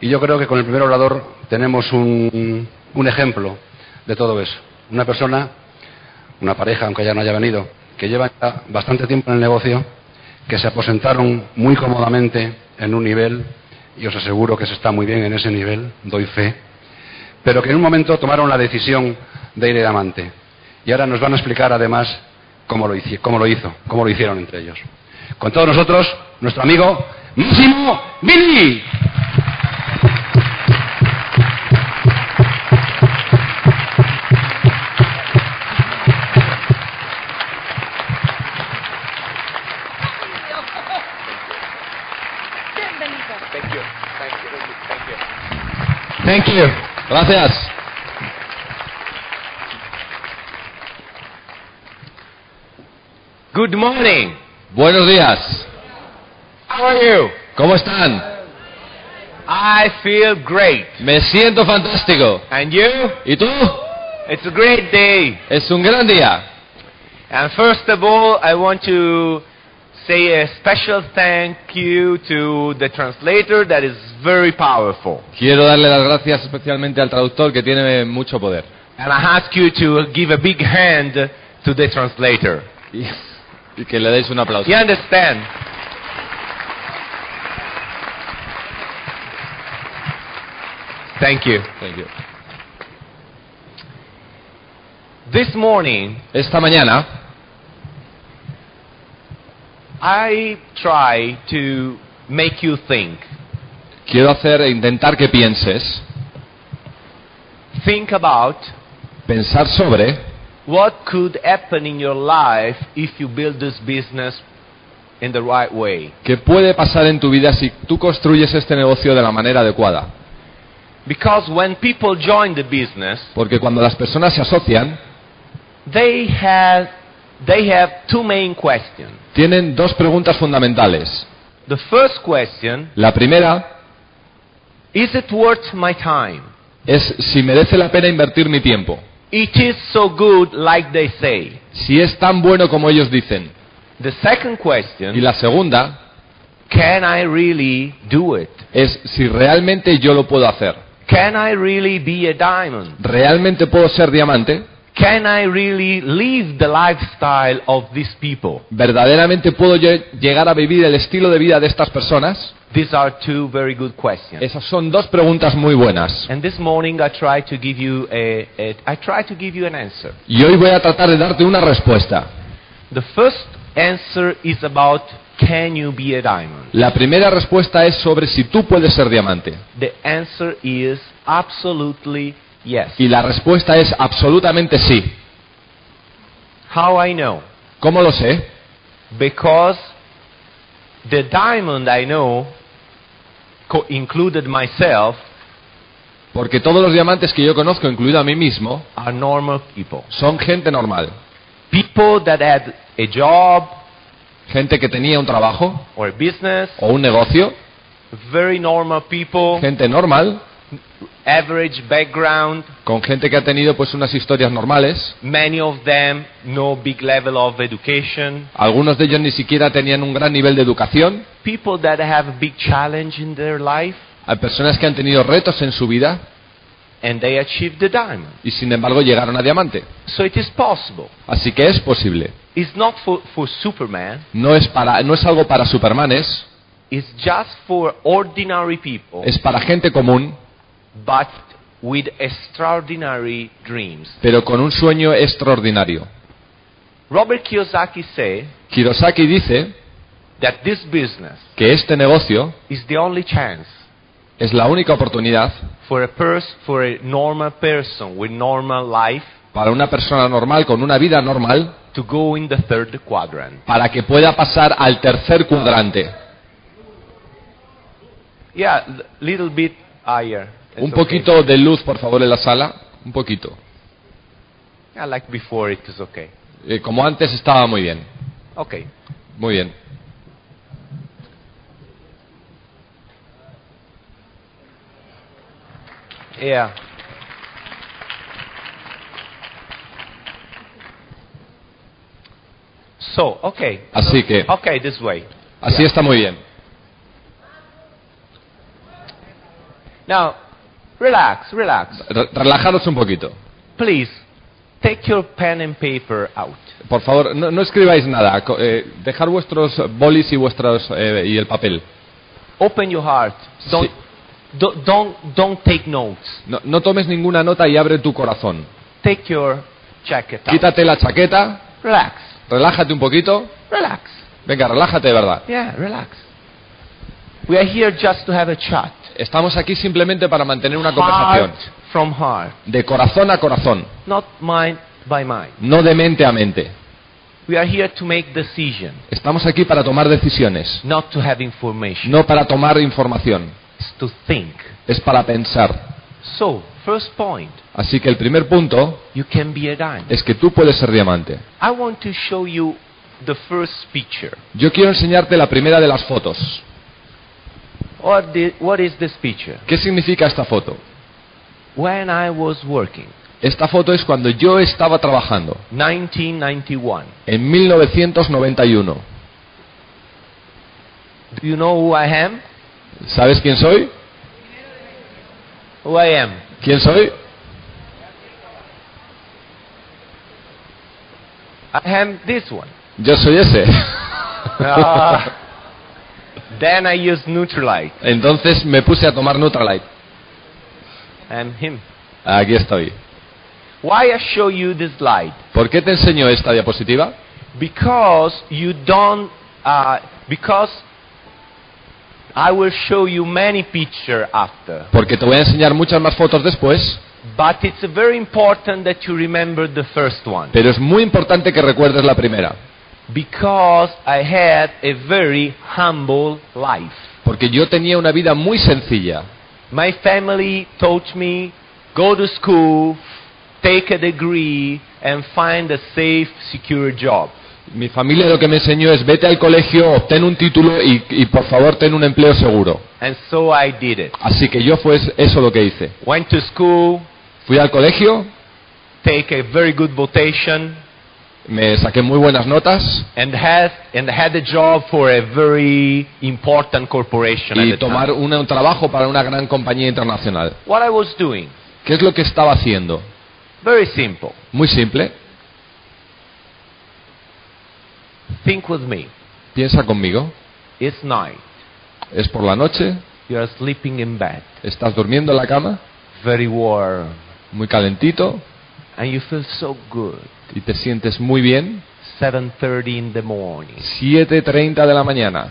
Y yo creo que con el primer orador tenemos un, un ejemplo de todo eso. Una persona, una pareja, aunque ya no haya venido, que lleva ya bastante tiempo en el negocio, que se aposentaron muy cómodamente en un nivel, y os aseguro que se está muy bien en ese nivel, doy fe, pero que en un momento tomaron la decisión de ir de amante. Y ahora nos van a explicar además cómo lo, hici- cómo lo hizo, cómo lo hicieron entre ellos. Con todos nosotros, nuestro amigo Máximo Billy. Bienvenido. Thank you. Thank you. Thank you. Thank you. Gracias. Good morning. Buenos días. How are you? ¿Cómo están? I feel great. Me siento fantástico. And you? ¿Y tú? It's a great day. Es un gran día. And first of all, I want to say a special thank you to the translator that is very powerful. Quiero darle las gracias especialmente al traductor que tiene mucho poder. And I ask you to give a big hand to the translator. Y, y que le deis un aplauso. You understand? Thank you. Thank you. This morning, Esta mañana I try to make you think. quiero hacer e intentar que pienses, Think about pensar sobre what could happen in your life if you build this business in the right way. qué puede pasar en tu vida si tú construyes este negocio de la manera adecuada. Because when people join the business, Porque cuando las personas se asocian, they have, they have two main questions. tienen dos preguntas fundamentales. The first question La primera is it worth my time? es si merece la pena invertir mi tiempo. It is so good, like they say. si es tan bueno como ellos dicen. The second Y question la segunda can I really do it? es si realmente yo lo puedo hacer. Can I really be a diamond? ¿Realmente puedo ser diamante? Can I really live the lifestyle of these people? ¿Verdaderamente puedo yo llegar a vivir el estilo de vida de estas personas? These are two very good questions. Esas son dos preguntas muy buenas. And this morning I try to give you a, a I try to give you an answer. Y hoy voy a tratar de darte una respuesta. The first answer is about can you be a diamond? La primera respuesta es sobre si tú puedes ser diamante. The answer is absolutely yes. Y la respuesta es absolutamente sí. How I know? ¿Cómo lo sé? Because the diamond I know co- included myself Porque todos los diamantes que yo conozco, incluido a mí mismo, are normal people. son gente normal. People that had a job Gente que tenía un trabajo or a business, o un negocio very normal people, gente normal, average background, con gente que ha tenido pues unas historias normales. many of them no big level of education, Algunos de ellos ni siquiera tenían un gran nivel de educación. people that have a big challenge in their life Hay personas que han tenido retos en su vida and they achieve the diamond. y sin embargo llegaron a diamante. So it is possible. Así que es posible. It's not for, for Superman, No es para no es algo para supermanes, it's just for ordinary people. es para gente común, but with extraordinary dreams. pero con un sueño extraordinario. Robert Kiyosaki said Kirosaki dice that this business que este negocio is the only chance es la única oportunidad for a pers- for a normal person with normal life para una persona normal con una vida normal to go in the third quadrant. para que pueda pasar al tercer cuadrante, Yeah, l- little bit higher. It's Un okay. poquito de luz, por favor, en la sala. Un poquito. Yeah, like before, it is okay. Eh, como antes estaba muy bien. Okay. Muy bien. Yeah. So, okay. Así que, Okay, this way. así está muy bien. Now, relax, relax. Re- relajaros un poquito. Please, take your pen and paper out. Por favor, no, no escribáis nada. Co- eh, dejad vuestros bolis y, vuestros, eh, y el papel. Open your heart. Don't, do- don't, don't take notes. No, no tomes ninguna nota y abre tu corazón. Take your jacket out. Quítate la chaqueta, Relax, relájate un poquito. relax. Venga, relájate de verdad. Yeah, relax. We are here just to have a chat. Estamos aquí simplemente para mantener una Heart conversación. from heart, De corazón a corazón, not mind by mind. no de mente a mente. We are here to make decisions, Estamos aquí para tomar decisiones, not to have information. no para tomar información. It's to think. Es para pensar. So, first point, Así que el primer punto you can be a diamond. es que tú puedes ser diamante. I want to show you the first picture. Yo quiero enseñarte la primera de las fotos. What, the- what is this picture? ¿Qué significa esta foto? When I was working, Esta foto es cuando yo estaba trabajando, 1991. en 1991. Do you know who I am? ¿Sabes quién soy? Who I am? ¿Quién soy? I am this one. Yo soy ese. Ah. then I use Neutralite. Entonces me puse a tomar Nutralite. I'm him. Aquí estoy. Why I show you this slide? ¿Por qué te enseño esta diapositiva? Because you don't. Uh, because I will show you many picture after. Porque te voy a enseñar muchas más fotos después, But it's very important that you remember the first one. pero es muy importante que recuerdes la primera. Because I had a very humble life. Porque yo tenía una vida muy sencilla. My family taught me go to school, take a degree, and find a safe, secure job. Mi familia lo que me enseñó es vete al colegio, obtén un título y, y, por favor ten un empleo seguro. And so I did it. Así que yo fue eso lo que hice. Went to school, Fui al colegio, take a very good vocation, me saqué muy buenas notas and had and had a job for a very important corporation. At y the time. tomar una- un trabajo para una gran compañía internacional. What I was doing, ¿Qué es lo que estaba haciendo? very simple. Muy simple. Think with me. Piensa conmigo. It's night. Es por la noche, You are sleeping in bed, estás durmiendo en la cama, very warm, muy calentito, and you feel so good. y te sientes muy bien. 7:30 in the morning. 7.30 de la mañana.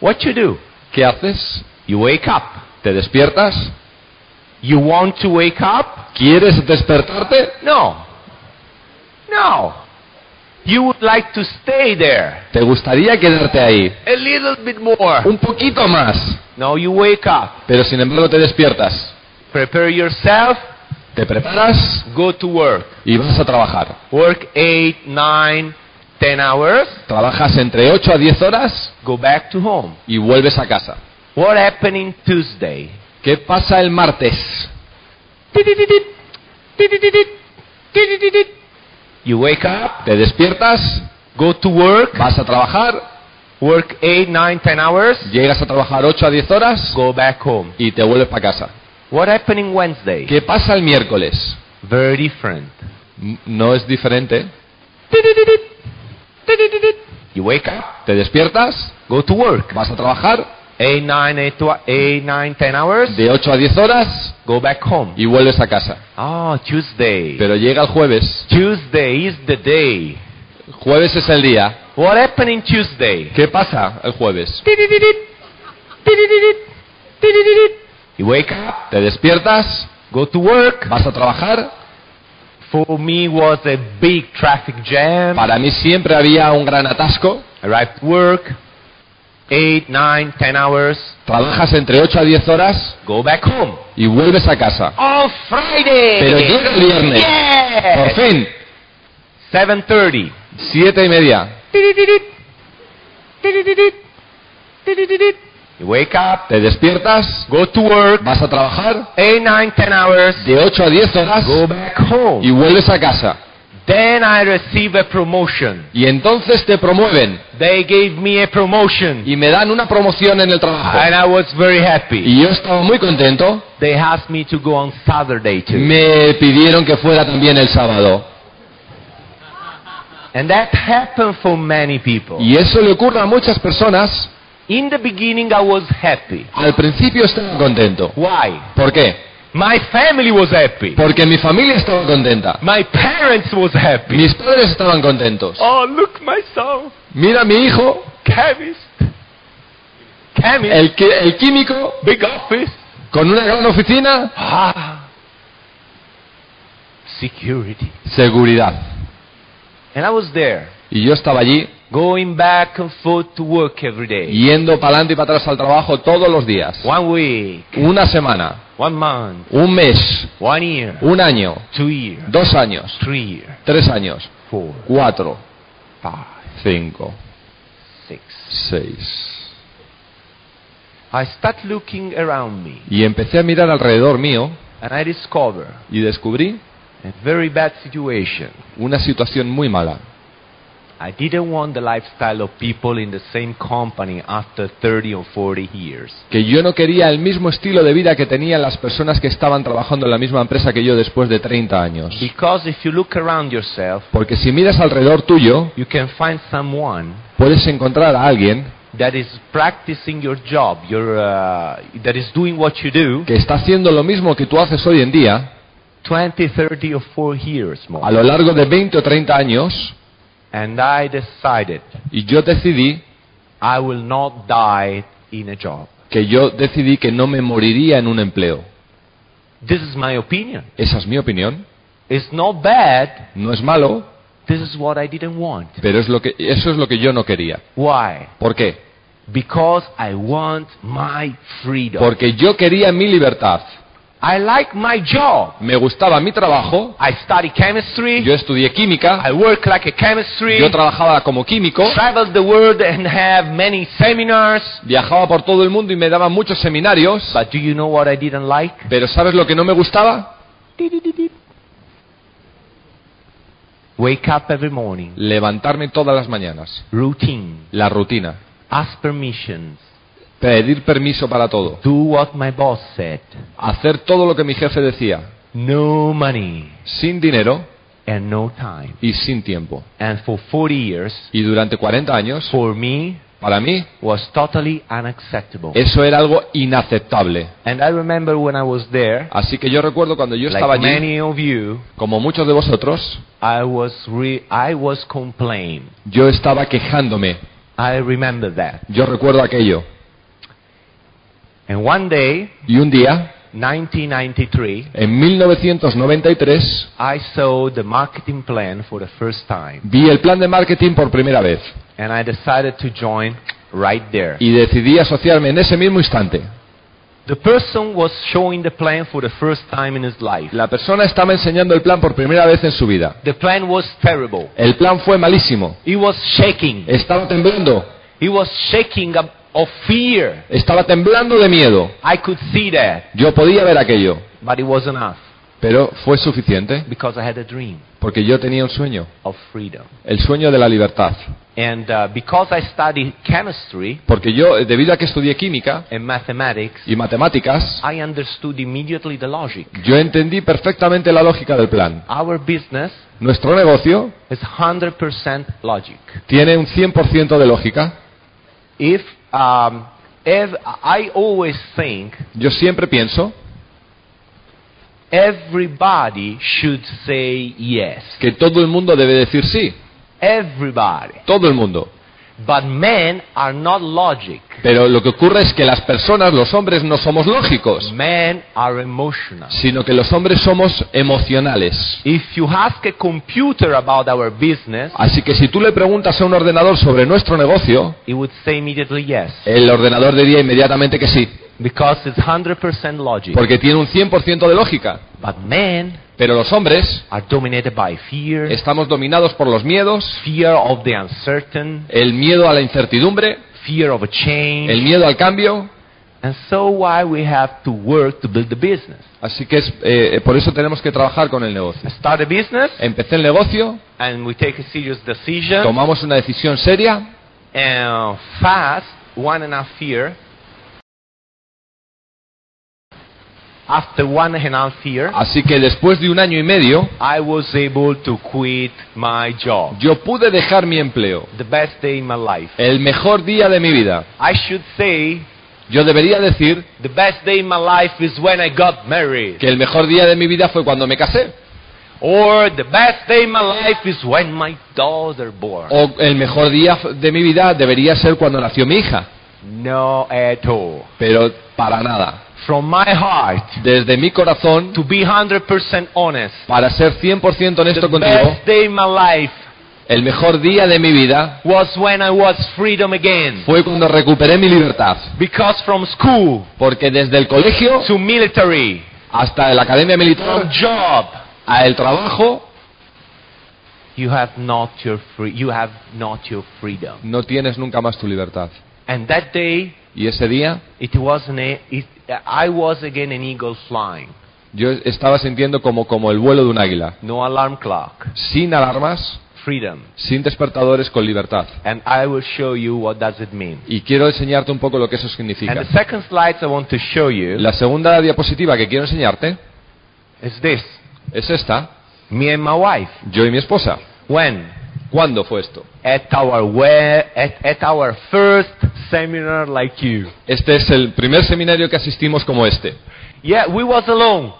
What you do? ¿Qué haces? You wake up. ¿Te despiertas? You want to wake up? ¿Quieres despertarte? No. No. You would like to stay there ¿Te gustaría quedarte ahí? a little bit more. Un poquito más. No, you wake up. Pero sin embargo te despiertas. Prepare yourself. Te preparas Go to work. y vas a trabajar. Work 8, 9, 10 hours. Trabajas entre 8 a 10 horas Go back to home. y vuelves a casa. What happening Tuesday? ¿Qué pasa el martes? You wake up. Te despiertas, Go to work. vas a trabajar, Work 8, 9, 10 hours. llegas a trabajar 8 a 10 horas Go back home. y te vuelves para casa. What happening Wednesday? ¿Qué pasa el miércoles? Very different. N- No es diferente. You wake up, Te despiertas, go to work. vas a trabajar 8, 9, 8, tw- 8, 9, 10 hours. de 8 a 10 horas Go back home. y vuelves a casa. Ah, Tuesday. Pero llega el jueves. Tuesday is the day. Jueves es el día. What happening Tuesday? ¿Qué pasa el jueves? You wake up, Te despiertas, go to work. vas a trabajar. For me was a big traffic jam. Para mí siempre había un gran atasco. Arrived at work. 8, 9, 10 hours. Trabajas entre 8 a 10 horas Go back home. y vuelves a casa. On Friday. Pero llega el viernes. Por Yeah. fin, 7:30. 7 y media. You wake up, Te despiertas, go to work, vas a trabajar 8, 9, 10 hours, de 8 a 10 horas go back home. y vuelves a casa. Then I received a promotion. Y entonces te promueven They gave me a promotion. y me dan una promoción en el trabajo. And I was very happy. Y yo estaba muy contento. They asked me to go on Saturday too. Me pidieron que fuera también el sábado. And that happened for many people. Y eso le ocurre a muchas personas. In the beginning I was happy. Al principio estaba contento. Why? ¿Por qué? My family was happy. Porque mi familia estaba contenta. My parents was happy. Mis padres estaban contentos. Oh, look my son, Mira a mi hijo, chemist. Chemist, el, qui- el químico, big office. con una gran oficina. Ah. Security. Seguridad. And I was there, Y yo estaba allí, going back and forth to work every day. yendo para adelante y para atrás al trabajo todos los días. One week, Una semana, one month, un mes, one year, un año, two years, dos años, three years, tres años, four, cuatro, five, cinco, six. seis. I start looking around me Y empecé a mirar alrededor mío and I discover y descubrí a very bad situation. una situación muy mala. I didn't want the lifestyle of people in the same company after 30 or 40 years. Que yo no quería el mismo estilo de vida que tenían las personas que estaban trabajando en la misma empresa que yo después de 30 años. Because if you look around yourself, Porque si miras alrededor tuyo, you can find someone puedes encontrar a alguien that is practicing your job, your, uh, that is doing what you do, que está haciendo lo mismo que tú haces hoy en día 20, 30 or 40 years a more. lo largo de 20 o 30 años And I decided y yo decidí I will not die in a job. que yo decidí que no me moriría en un empleo. This is my opinion. Esa es mi opinión. It's not bad. No es malo, This is what I didn't want. pero es lo que, eso es lo que yo no quería. Why? ¿Por qué? Because I want my freedom. Porque yo quería mi libertad. I like my job. Me gustaba mi trabajo, I study chemistry. yo estudié química, I work like a chemistry. yo trabajaba como químico, Travel the world and have many seminars. viajaba por todo el mundo y me daban muchos seminarios, But do you know what I didn't like? pero ¿sabes lo que no me gustaba? Wake up every morning. Levantarme todas las mañanas, Routine. la rutina, Ask permissions. pedir permiso para todo, Do what my boss said. hacer todo lo que mi jefe decía, No money sin dinero and no time. y sin tiempo. And for 40 years, Y durante 40 años, for me, para mí, was totally unacceptable. eso era algo inaceptable. And I remember when I was there, Así que yo recuerdo cuando yo estaba like allí, many of you, como muchos de vosotros, I was re- I was complaining. yo estaba quejándome. I remember that. Yo recuerdo aquello. And one day, Y un día, 1993, en 1993, I saw the marketing plan for the first time, vi el plan de marketing por primera vez and I decided to join right there. y decidí asociarme en ese mismo instante. The person was showing the plan for the first time in his life. La persona estaba enseñando el plan por primera vez en su vida. The plan was terrible. El plan fue malísimo. He was shaking. Estaba temblando. He was shaking of, of fear. Estaba temblando de miedo. I could see that, Yo podía ver aquello, but it was enough pero fue suficiente because I had a dream porque yo tenía un sueño, of freedom. el sueño de la libertad. And uh, because I studied chemistry Porque yo, eh, debido a que estudié química and mathematics, y matemáticas, I understood immediately the logic. yo entendí perfectamente la lógica del plan. Our business Nuestro negocio is 100% logic. tiene un 100% de lógica. If, um, if I always think Yo siempre pienso everybody should say yes, que todo el mundo debe decir sí, everybody. todo el mundo. But men are not logic. Pero lo que ocurre es que las personas, los hombres, no somos lógicos, Men are emotional. sino que los hombres somos emocionales. If you ask a computer about our business, Así que si tú le preguntas a un ordenador sobre nuestro negocio, it would say immediately yes, el ordenador diría inmediatamente que sí, because it's 100% logic. porque tiene un 100% de lógica. But men Pero los hombres are dominated by fear, estamos dominados por los miedos, fear of the uncertain, el miedo a la incertidumbre, fear of a change, el miedo al cambio, And so why we have to work to build the business. Así que es, eh, por eso tenemos que trabajar con el negocio. I start a business Empecé el negocio, and we take a serious decision tomamos una decisión seria and fast one and a half year. After one and a half year, Así que después de un año y medio, I was able to quit my job. yo pude dejar mi empleo. The best day in my life. El mejor día de mi vida. I should say Yo debería decir the best day in my life is when I got married. que el mejor día de mi vida fue cuando me casé. Or the best day in my life is when my daughter born. O el mejor día f- de mi vida debería ser cuando nació mi hija. No at all. Pero para nada. From my heart, Desde mi corazón, to be 100% honest, para ser 100% the honesto contigo, best day in my life el mejor día de mi vida was when I was freedom again. fue cuando recuperé mi libertad. Because from school Porque desde el colegio to military, hasta la academia from militar, job, a el trabajo, you have not your free, you have not your freedom. no tienes nunca más tu libertad. And that day, Y ese día it was an, e- it, I was again an eagle flying, yo estaba sintiendo como, como el vuelo de un águila. no alarm clock, Sin alarmas, freedom. sin despertadores, con libertad. And I will show you what does it mean. Y quiero enseñarte un poco lo que eso significa. And the second slide I want to show you La segunda diapositiva que quiero enseñarte is this. es esta, Me and my wife. yo y mi esposa. When? ¿Cuándo fue esto? At our we- at, at our first seminar like you. Este es el primer seminario que asistimos como este. Yeah, we was alone.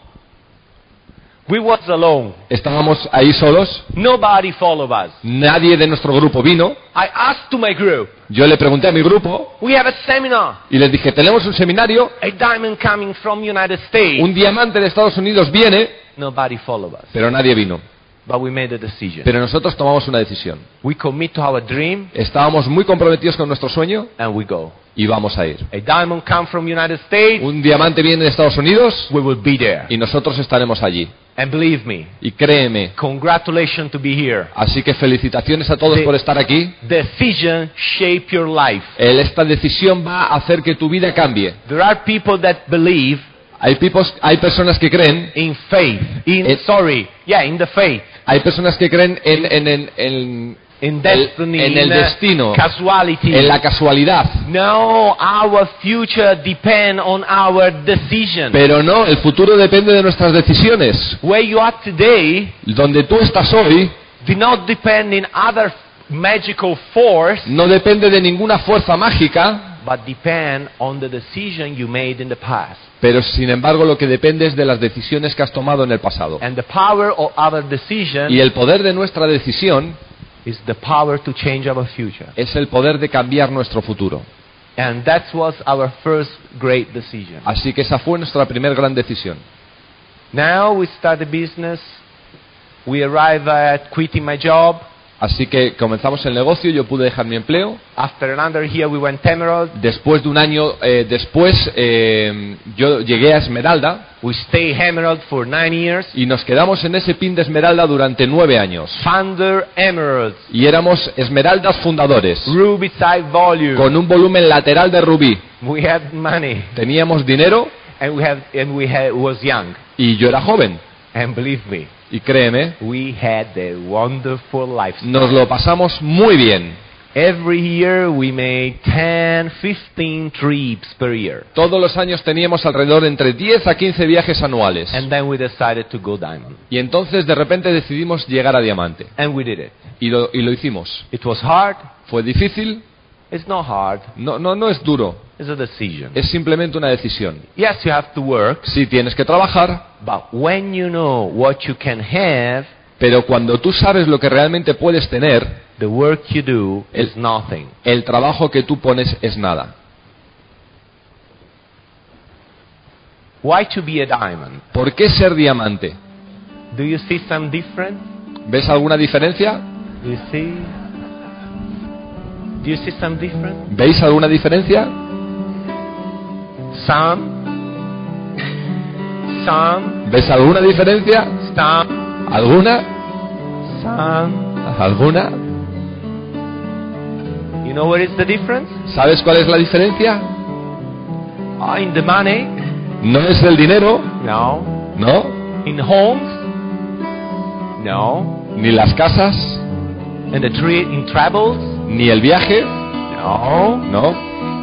We was alone. Estábamos ahí solos, Nobody followed us. nadie de nuestro grupo vino. I asked to my group, Yo le pregunté a mi grupo we have a seminar. y les dije, tenemos un seminario, A diamond coming from United States. un diamante de Estados Unidos viene, Nobody followed us. pero nadie vino. But we made a decision. Pero nosotros tomamos una decisión. We commit to our dream Estábamos muy comprometidos con nuestro sueño and we go. y vamos a ir. A diamond come from United States. Un diamante viene de Estados Unidos We will be there. y nosotros estaremos allí. And believe me, Y créeme, congratulations to be here. así que felicitaciones a todos Sí. por estar aquí. Decision shape your life. El- esta decisión va a hacer que tu vida cambie. There are people that believe Hay, pipos- hay personas que creen, in faith. In It- sorry, yeah, in the faith, hay personas que creen en, en- en- en- in El- destiny, en el in, uh, destino. casuality. en la casualidad. no, our future depend on our decision. Pero no, el futuro depende de nuestras decisiones. Where you are today Donde tú estás hoy do not depend in other magical force, no depende de ninguna fuerza mágica, but depend on the decision you made in the past pero sin embargo lo que depende es de las decisiones que has tomado en el pasado. and the power of our decision. Y el poder de nuestra decisión is the power to change our future. es el poder de cambiar nuestro futuro. And that was our first great decision. Así que esa fue nuestra primera gran decisión. Now we start a business. We arrive at quitting my job. Así que comenzamos el negocio, yo pude dejar mi empleo. After another year, we went to Emerald. Después de un año eh, después, eh, yo llegué a Esmeralda We stay Emerald for nine years. y nos quedamos en ese pin de Esmeralda durante nueve años. Founder Emerald, Y éramos Esmeraldas fundadores, Ruby side volume. con un volumen lateral de rubí. We had money, Teníamos dinero and we have, and we had, was young. y yo era joven. And believe me, Y créeme, we had a wonderful life. nos lo pasamos muy bien. Every year we made 10, 15 trips per year. Todos los años teníamos alrededor de entre 10 a 15 viajes anuales. And then we decided to go diamond. Y entonces de repente decidimos llegar a Diamante. And we did it. Y lo, y lo hicimos. It was hard. Fue difícil, It's not hard. no, no, no es duro, It's a decision. es simplemente una decisión. Yes, you have to work. Sí tienes que trabajar, But when you know what you can have, pero cuando tú sabes lo que realmente puedes tener, the work you do El- is nothing. el trabajo que tú pones es nada. Why to be a diamond? ¿Por qué ser diamante? Do you see some different? ¿Ves alguna diferencia? Do you see? Do you see some different? ¿Veis alguna diferencia? Some. Some. ¿Ves alguna diferencia? Some. ¿Alguna? Some. ¿Alguna? You know what is the difference? ¿Sabes cuál es la diferencia? Uh, in the money, No es el dinero, no. ¿no? In homes, no. Ni las casas, In the tree, in travels, ni el viaje, no. ¿no?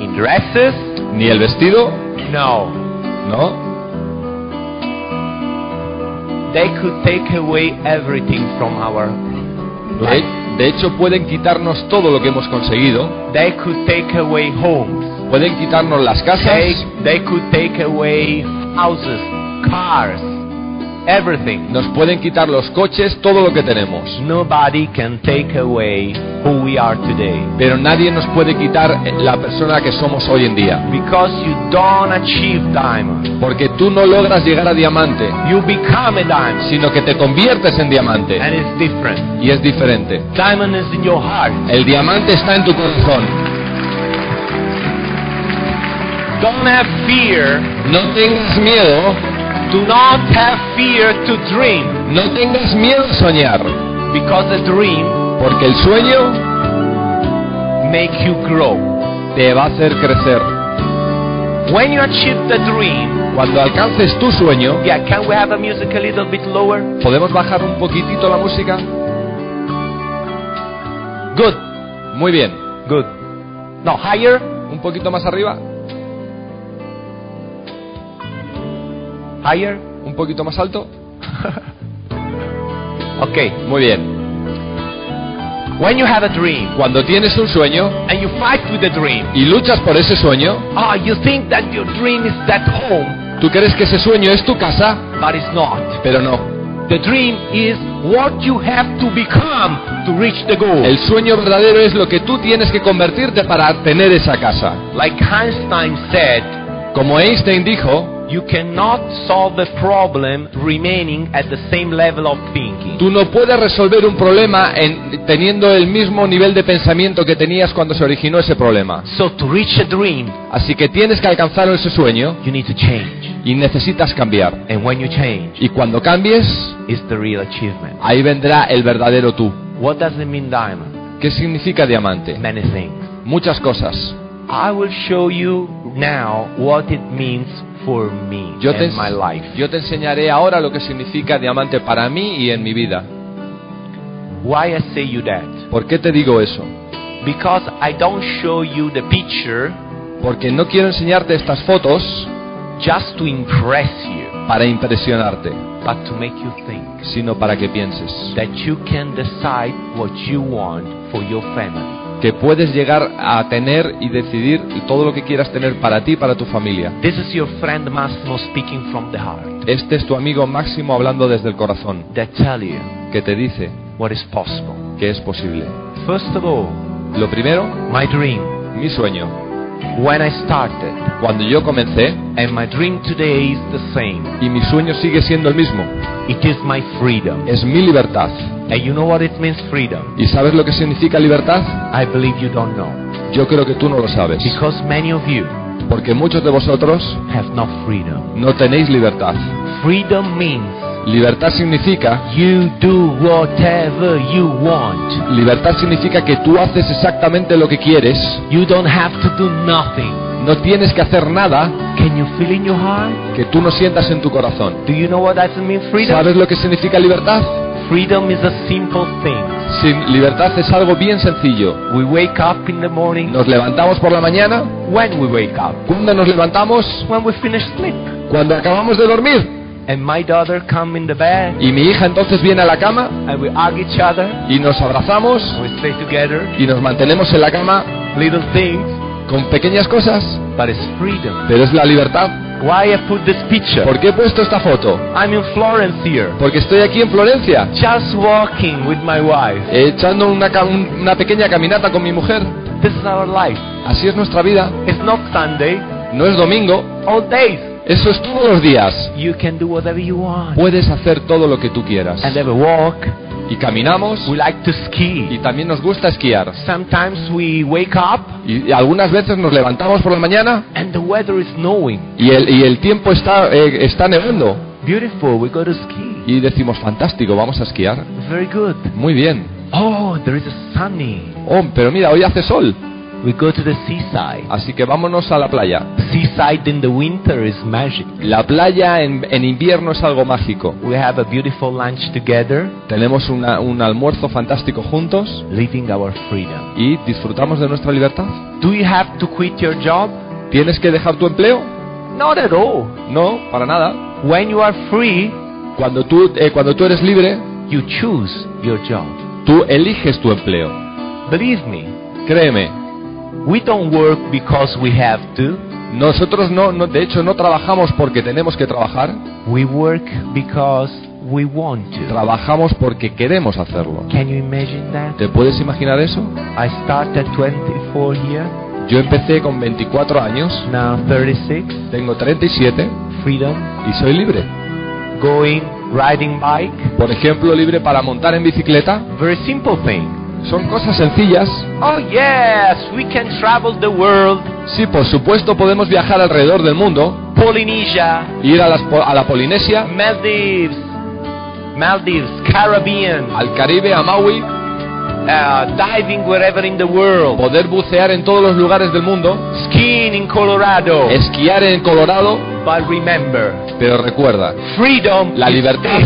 In dresses, Ni el vestido, no. ¿no? They could take away everything from our. De, de hecho, pueden quitarnos todo lo que hemos conseguido. They could take away homes. Pueden quitarnos las They, casas, they could take away houses, cars, everything. nos pueden quitar los coches, todo lo que tenemos. Nobody can take away who we are today. Pero nadie nos puede quitar la persona que somos hoy en día. Because you don't achieve diamond. Porque tú no logras llegar a diamante, You become a diamond. sino que te conviertes en diamante. And it's different. Y es diferente. Diamond is in your heart. El diamante está en tu corazón. Don't have fear. No tengas miedo, Do not have fear to dream. no tengas miedo a soñar. Because the dream Porque el sueño make you grow. te va a hacer crecer. When you achieve the dream, Cuando alcances tu sueño, yeah, can we have a music a little bit lower? ¿podemos bajar un poquitito la música? Good. Muy bien. Good. No, higher? ¿Un poquito más arriba? Higher? ¿Un poquito más alto? Okay. Muy bien. When you have a dream Cuando tienes un sueño and you fight with the dream, y luchas por ese sueño, ah, you think that your dream is that home, tú crees que ese sueño es tu casa, but it's not. pero no. The dream is what you have to become to reach the goal. El sueño verdadero es lo que tú tienes que convertirte para tener esa casa. Like Einstein said, Como Einstein dijo, you cannot solve a problem remaining at the same level of thinking. tú no puedes resolver un problema en- teniendo el mismo nivel de pensamiento que tenías cuando se originó ese problema. So to reach a dream, Así que tienes que alcanzar ese sueño you need to change. y necesitas cambiar. And when you change, Y cuando cambies, it's the real achievement. Ahí vendrá el verdadero tú. What does it mean diamond? ¿Qué significa diamante? Many things. Muchas cosas. I will show you now what it means for me Yo te, and my life. yo te enseñaré ahora lo que significa diamante para mí y en mi vida. Why I say you that? ¿Por qué te digo eso? Because I don't show you the picture Porque no quiero enseñarte estas fotos just to impress you, para impresionarte, but to make you think sino para que pienses. that you can decide what you want for your family. Que puedes llegar a tener y decidir todo lo que quieras tener para ti y para tu familia. This is your friend Massimo speaking from the heart Este es tu amigo Máximo hablando desde el corazón, that tell you que te dice what is possible. que es posible. First of all, Lo primero, my dream mi sueño. when I started Cuando yo comencé, and my dream today is the same. y mi sueño sigue siendo el mismo. It is my freedom. Es mi libertad. And you know what it means freedom? ¿Y sabes lo que significa libertad? I believe you don't know. Yo creo que tú no lo sabes, Because many of you porque muchos de vosotros have no freedom. no tenéis libertad. Freedom means Libertad significa you do whatever you want. libertad significa que tú haces exactamente lo que quieres, You don't have to do nothing. no tienes que hacer nada Can you feel in your heart? que tú no sientas en tu corazón. Do you know what that means freedom? ¿Sabes lo que significa libertad? Freedom is a simple thing. Sin libertad es algo bien sencillo. We wake up in the morning. Nos levantamos por la mañana. When we wake up? ¿Cuándo nos levantamos? When we finish sleep. Cuando acabamos de dormir. And my daughter come in the bed Y mi hija entonces viene a la cama and we hug each other. y nos abrazamos We stay together. y nos mantenemos en la cama Little things. con pequeñas cosas, But it's freedom. pero es la libertad. Why I put this picture? ¿Por qué he puesto esta foto? I'm in Florence here, Porque estoy aquí en Florencia, just walking with my wife. echando una, ca- un- una pequeña caminata con mi mujer. This is our life. Así es nuestra vida. It's not Sunday, No es domingo, all days. eso es todos los días. You can do whatever you want. Puedes hacer todo lo que tú quieras. And have a walk. Y caminamos We like to y ski. también nos gusta esquiar. Sometimes we wake up Y, y algunas veces nos levantamos por la mañana and the weather is snowing. y el, y el tiempo está, eh, está nevando. Beautiful, we go to ski. Y decimos, fantástico, vamos a esquiar. Very good. Muy bien. Oh, there is a sunny. Oh, pero mira, hoy hace sol. We We go to the seaside. Así que vámonos a la playa. Seaside in the winter is magic. La playa en, en invierno es algo mágico. We have a beautiful lunch together, Tenemos una- un almuerzo fantástico juntos living our freedom. y disfrutamos de nuestra libertad. Do you have to quit your job? ¿Tienes que dejar tu empleo? Not at all. No, para nada. When you are free, Cuando tú, eh, cuando tú eres libre, you choose your job. tú eliges tu empleo. Believe me, Créeme, we don't work because we have to. nosotros no, no- de hecho no trabajamos porque tenemos que trabajar, We work because we want to. trabajamos porque queremos hacerlo. Can you imagine that? ¿Te puedes imaginar eso? I start at 24 here, Yo empecé con 24 años, now 36, tengo 37 freedom, y soy libre. going, riding bike. Por ejemplo, libre para montar en bicicleta. Very simple thing. Son cosas sencillas. Oh yes, we can travel the world, Sí, por supuesto podemos viajar alrededor del mundo, Polynesia, ir a, las po- a la Polinesia, Maldives, Maldives, Caribbean, al Caribe, a Maui, uh, diving wherever in the world. poder bucear en todos los lugares del mundo, skiing in Colorado. esquiar en Colorado, But remember, pero recuerda, freedom la is libertad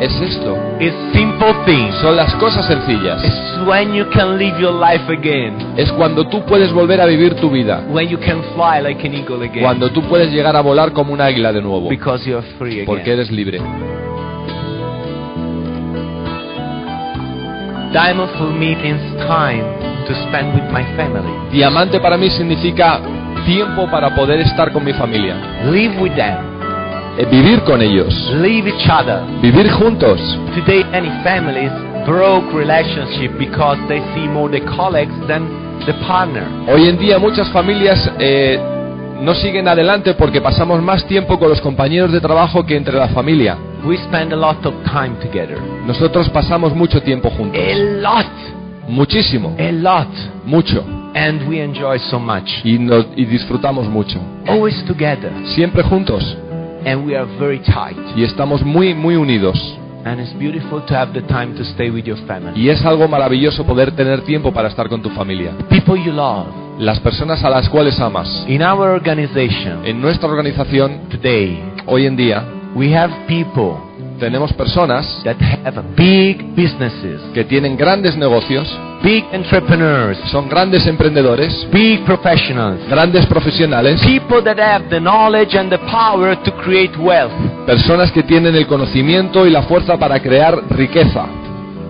this, es esto. is simple things. Son las cosas sencillas. It's when you can live your life again, Es cuando tú puedes volver a vivir tu vida, when you can fly like an eagle again, cuando tú puedes llegar a volar como un águila de nuevo, because you're free again. porque eres libre. Diamond for me means time to spend with my family. Diamante para mí significa tiempo para poder estar con mi familia, Live with them, eh, vivir con ellos, leave each other. vivir juntos. Today, many families broke relationship because they see more the colleagues than the partner. Hoy en día muchas familias eh, no siguen adelante porque pasamos más tiempo con los compañeros de trabajo que entre la familia. We spend a lot of time together. Nosotros pasamos mucho tiempo juntos, A lot, muchísimo, a lot. mucho, and we enjoy so much. y, nos- y disfrutamos mucho. Always together, Siempre juntos and we are very tight. y estamos muy, muy unidos. And it's beautiful to have the time to stay with your family. Y es algo maravilloso poder tener tiempo para estar con tu familia. People you love. Las personas a las cuales amas. In our organization En nuestra organización, today, hoy en día, we have people tenemos personas that have big businesses, que tienen grandes negocios, big entrepreneurs, son grandes emprendedores, big professionals. grandes profesionales, People that have the knowledge and the power to create wealth. personas que tienen el conocimiento y la fuerza para crear riqueza.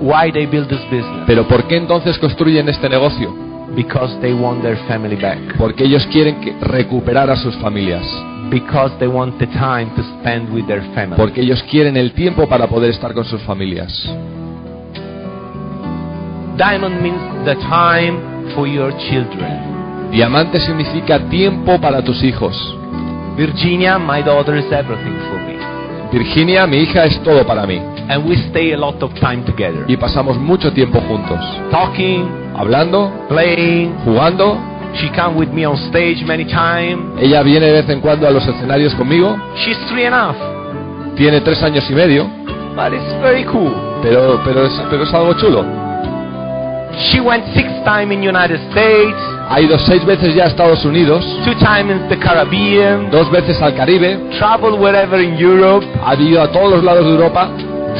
Why they build this business? Pero ¿por qué entonces construyen este negocio? Because they want their family back. Porque ellos quieren que- recuperar a sus familias, Because they want the time to spend with their family. porque ellos quieren el tiempo para poder estar con sus familias. Diamond means the time for your children. Diamante significa tiempo para tus hijos. Virginia, my daughter, is everything for me. Virginia, mi hija, es todo para mí. And we stay a lot of time together. Y pasamos mucho tiempo juntos, Talking, hablando, playing. jugando. She come with me on stage many times. Ella viene de vez en cuando a los escenarios conmigo. She's three and a half, Tiene tres años y medio, but it's very cool. pero, pero, es, pero es algo chulo. She went six times in United States, Ha ido seis veces ya a Estados Unidos, two times in the Caribbean, dos veces al Caribe, traveled wherever in Europe. ha ido a todos los lados de Europa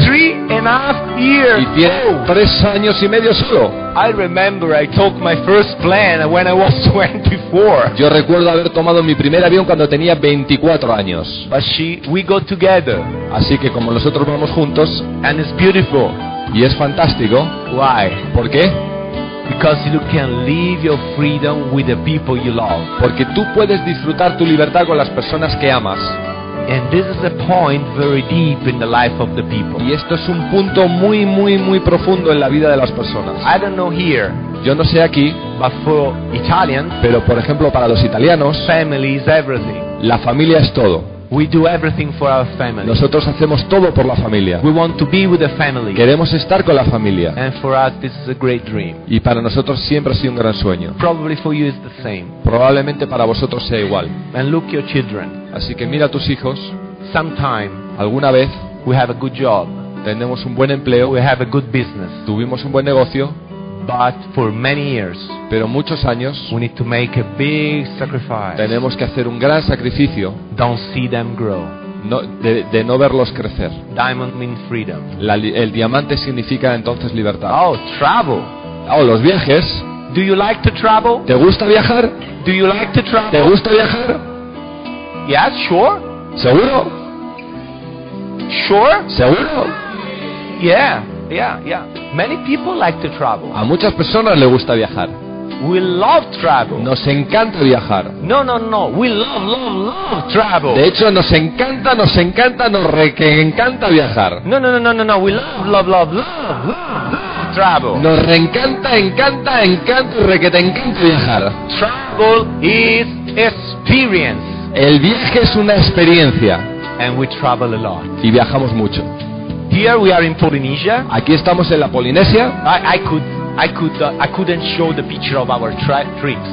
Three and a half y years. tiene Oh, tres años y medio solo. I remember I took my first plane when I was 24. Yo recuerdo haber tomado mi primer avión cuando tenía 24 años. But she, we go together, Así que como nosotros vamos juntos, and it's beautiful. y es fantástico, Why? ¿por qué? Because you can live your freedom with the people you love. Porque tú puedes disfrutar tu libertad con las personas que amas. And this is a point very deep in the life of the people. Y esto es un punto muy, muy, muy profundo en la vida de las personas. I don't know here, Yo no sé aquí, but for Italians, pero por ejemplo para los italianos, family is everything. la familia es todo. We do everything for our family. Nosotros hacemos todo por la familia. We want to be with the family. Queremos estar con la familia. And for us, this is a great dream. Y para nosotros siempre ha sido un gran sueño. Probably for you, it's the same. Probablemente para vosotros sea igual. And look your children. Así que mira a tus hijos, Sometime alguna vez we have a good job, tenemos un buen empleo, we have a good business, tuvimos un buen negocio, But for many years, pero muchos años we need to make a big sacrifice. tenemos que hacer un gran sacrificio Don't see them grow. no- de, de no verlos crecer. Diamond means freedom. La li- el diamante significa entonces libertad. Oh, travel. Oh, los viajes. Do you like to travel? ¿Te gusta viajar? Do you like to ¿Te travel? gusta viajar? Yes, sure. ¿Seguro? Sure. ¿Seguro? Yeah, yeah, yeah. Many people like to travel. A muchas personas les gusta viajar. We love travel. Nos encanta viajar. No, no, no. We love, love, love travel. De hecho, nos encanta, nos encanta, nos re que encanta viajar. No, no, no, no, no, no. We love, love, love, love, love, love travel. Nos reencanta, encanta, encanta y re que te encanta viajar. Travel is experience, El viaje es una experiencia and we travel a lot. y viajamos mucho. Here we are in Polynesia. Aquí estamos en la Polinesia. I, I could, I could, uh, I couldn't show the picture of our tri- trips.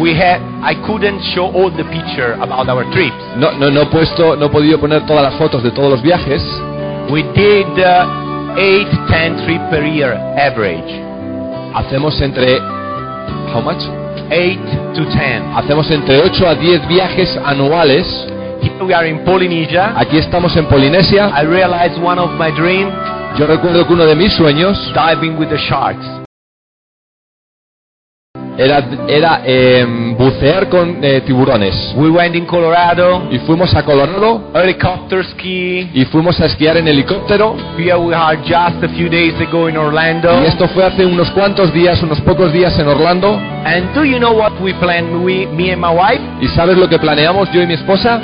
We had, I couldn't show all the picture about our trips. No, no, no he puesto, no he podido poner todas las fotos de todos los viajes. We did uh, 8, 10 trip per year average. Hacemos entre, how much? 8 to 10. Hacemos entre 8 a 10 viajes anuales. Here we are in Polynesia. Aquí estamos en Polinesia. I realized one of my dreams, Yo recuerdo que uno de mis sueños diving with the sharks. era, era em, bucear con eh, tiburones. We went in Colorado, Y fuimos a Colorado helicopter ski. y fuimos a esquiar en helicóptero. Here we are just a few days ago in Orlando. Y esto fue hace unos cuantos días, unos pocos días en Orlando. And do you know what we planned, we, me and my wife? ¿Y sabes lo que planeamos yo y mi esposa?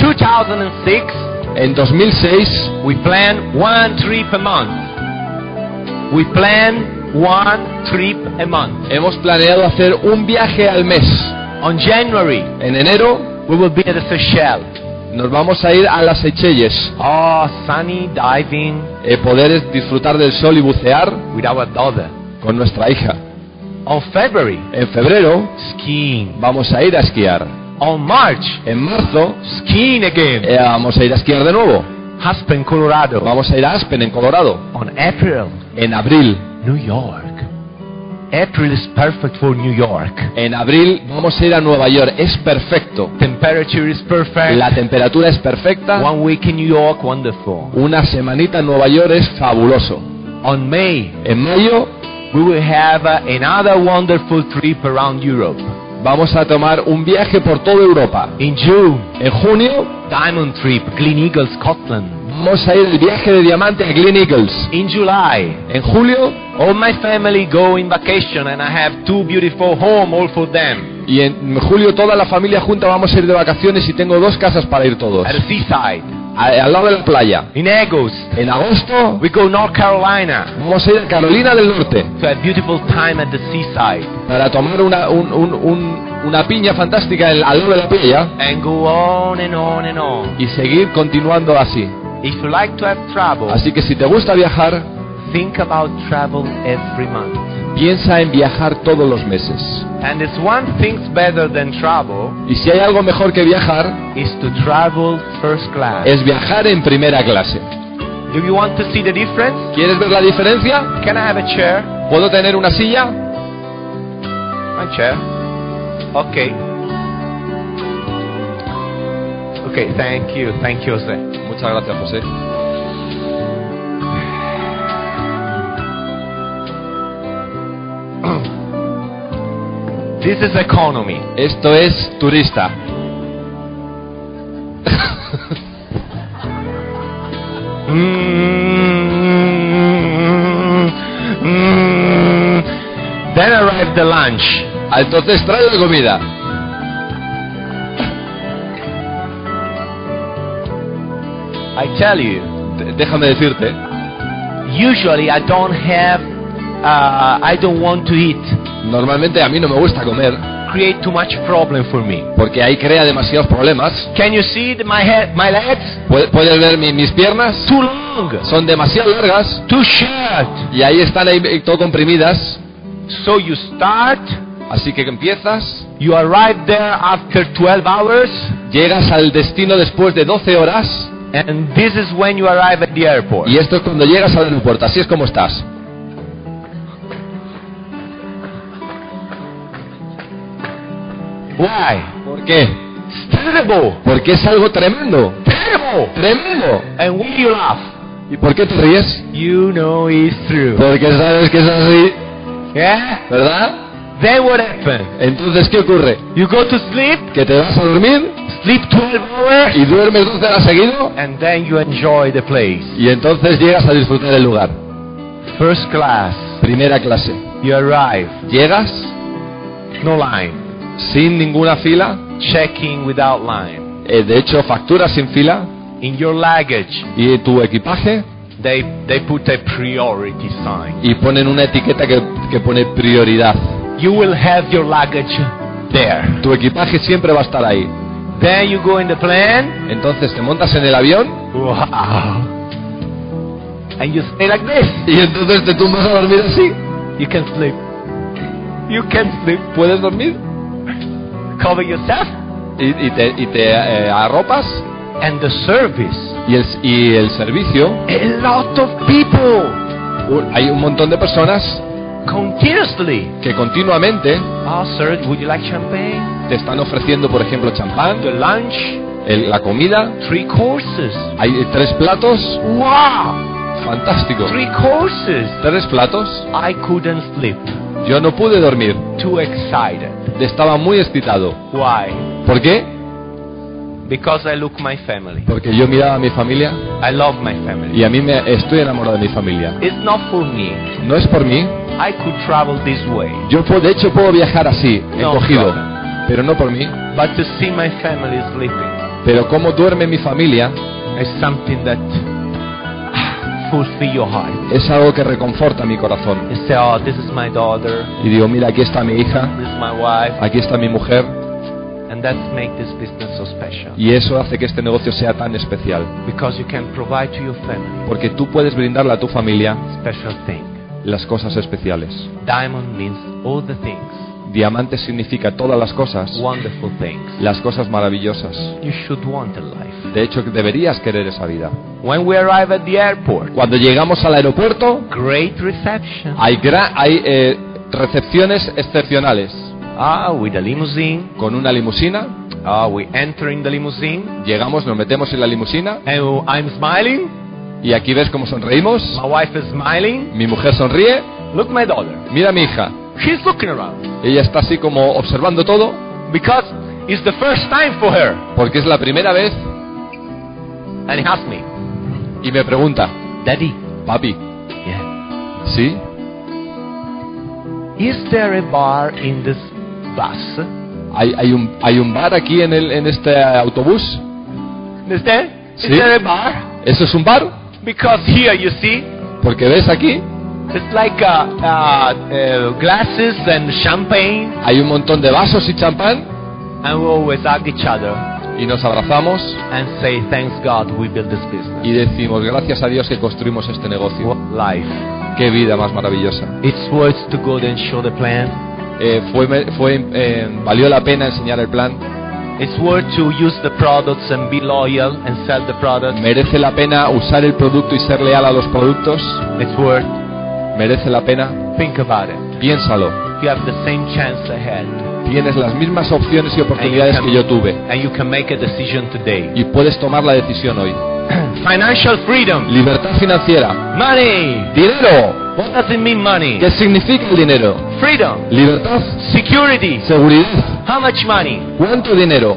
2006, En 2006 we planned one trip a month. We planned one trip a month. hemos planeado hacer un viaje al mes. On January, En enero we will be at the Seychelles. nos vamos a ir a las Seychelles, Oh, sunny diving eh, poder es- disfrutar del sol y bucear with our daughter. con nuestra hija. On February, En febrero skiing. vamos a ir a esquiar. On March, En marzo skiing again. eh, vamos a ir a esquiar de nuevo. Aspen, Colorado. Vamos a ir a Aspen, en Colorado. On April, En abril. New York. April is perfect for New York. En abril vamos a ir a Nueva York. Es perfecto. Temperature is perfect. Ah. La temperatura es perfecta. One week in New York, wonderful. Una semanita en Nueva York es fabuloso. On May, En mayo we will have uh, another wonderful trip around Europe. vamos a tomar un viaje por toda Europa. In June, En junio diamond trip, Glen Eagle, Scotland. vamos a ir el viaje de diamante a Glen Eagles. In July, En julio All my family go in vacation and I have two beautiful home all for them y en julio toda la familia junta vamos a ir de vacaciones y tengo dos casas para ir todos. at the seaside. A- al lado de la playa. In August, En agosto we go North Carolina vamos a ir a Carolina del Norte to have beautiful time at the seaside para tomar una, un- un- un- una piña fantástica en- al lado de la playa and go on and on and on. y seguir continuando así. If you like to have travel, Así que si te gusta viajar, think about travel every month. piensa en viajar todos los meses. And it's one thing's better than travel Y si hay algo mejor que viajar, is to travel first class. es viajar en primera clase. Do you want to see the difference? ¿Quieres ver la diferencia? Can I have a chair? ¿Puedo tener una silla? My chair. Okay. Okay, thank you. Thank you, Jose. Muchas gracias, José. This is economy. Esto es turista. Mm-hmm. Mm-hmm. Then arrived the lunch. Entonces trae la comida. I tell you, D- déjame decirte, usually I don't have, uh, I don't want to eat. normalmente a mí no me gusta comer Create too much problem for me. porque ahí crea demasiados problemas. Can you see the- my head, my legs? Pu- Puedes ver mi- mis piernas, Too long, son demasiado largas too short. y ahí están ahí eh, todo comprimidas. So you start, Así que empiezas, you arrive there after 12 hours, llegas al destino después de 12 horas and this is when you arrive at the airport. y esto es cuando llegas al aeropuerto. Así es como estás. Why? ¿Por qué? It's terrible. Porque es algo tremendo. Terrible. ¡Tremendo! And why you laugh? ¿Y por qué te ríes? You know it's true. Porque sabes que es así, Yeah? ¿verdad? Then what happened? Entonces, ¿qué ocurre? You go to sleep, Que te vas a dormir sleep 12 hours, y duermes 12 horas seguido and then you enjoy the place. y entonces llegas a disfrutar el lugar. First class. Primera clase. You arrive. Llegas No line. sin ninguna fila, Check-in without line. eh, de hecho facturas sin fila In your luggage, y tu equipaje they, they put a priority sign. y ponen una etiqueta que, que pone prioridad. You will have your luggage there. Tu equipaje siempre va a estar ahí. Then you go in the plane. Entonces te montas en el avión Wow. And you stay like this. y entonces te tumbas a dormir así. You can sleep. You can sleep. Puedes dormir Cover yourself. y, y te, y te, eh, arropas And the service. y el, y el servicio. A lot of people u- Hay un montón de personas continuously. que continuamente Oh, sir, would you like champagne? te están ofreciendo, por ejemplo, champán, The lunch, el- la comida. three courses. Hay eh, tres platos, Wow! fantástico. Three courses. Tres platos. I couldn't sleep. Yo no pude dormir. Too excited. Estaba muy excitado. Why? ¿Por qué? Because I look my family. Porque yo miraba a mi familia I love my family. y a mí me estoy enamorado de mi familia. It's not for me. No es por mí. I could travel this way. Yo puedo- de hecho puedo viajar así, No, encogido, pero no por mí. But to see my family sleeping Pero cómo duerme mi familia is something that fulfills your heart. es algo que reconforta mi corazón. You say, oh, this is my daughter, Y digo, mira, aquí está mi hija, this is my wife, aquí está mi mujer, and that makes this business so special. y eso hace que este negocio sea tan especial. Because you can provide to your family Porque tú puedes brindarle a tu familia special thing. las cosas especiales. Diamond means all the things, Diamante significa todas las cosas, wonderful things. las cosas maravillosas. You should want in life. De hecho, que deberías querer esa vida. When we arrive at the airport, Cuando llegamos al aeropuerto, great reception. hay, gra- hay eh, recepciones excepcionales. Ah, with a limousine. Con una limusina, Ah, we enter in the limousine. llegamos, nos metemos en la limusina And I'm smiling. y aquí ves cómo sonreímos. My wife is smiling. Mi mujer sonríe, Look, my daughter. mira a mi hija. She's looking around Ella está así como observando todo because it's the first time for her. porque es la primera vez And he asked me, y me pregunta, Daddy, papi, yeah. ¿sí? is there a bar in this bus? ¿Hay, hay un, hay un bar aquí en, el, en este autobús? Understand? Is Sí. there a bar? ¿Eso es un bar? Because here, you see, Porque ves aquí, it's like uh, uh, uh, glasses and champagne, hay un montón de vasos y champán and we always hug each other y nos abrazamos and say, thanks God we built this business. y decimos gracias a Dios que construimos este negocio. What life? Qué vida más maravillosa. It's worth to go there and show the plan. Eh, fue, me- fue, eh, valió la pena enseñar el plan. It's worth to use the products and be loyal and sell the products. Merece la pena usar el producto y ser leal a los productos. It's worth. Merece la pena. Think about it. Piénsalo. You have the same chance ahead. Tienes las mismas opciones And y you, oportunidades que yo tuve and you can make a decision today. y puedes tomar la decisión hoy. Financial freedom. Libertad financiera. Money. Dinero. What does it mean, money? ¿Qué significa el dinero? Freedom. Libertad. Security. Seguridad. How much money? ¿Cuánto dinero?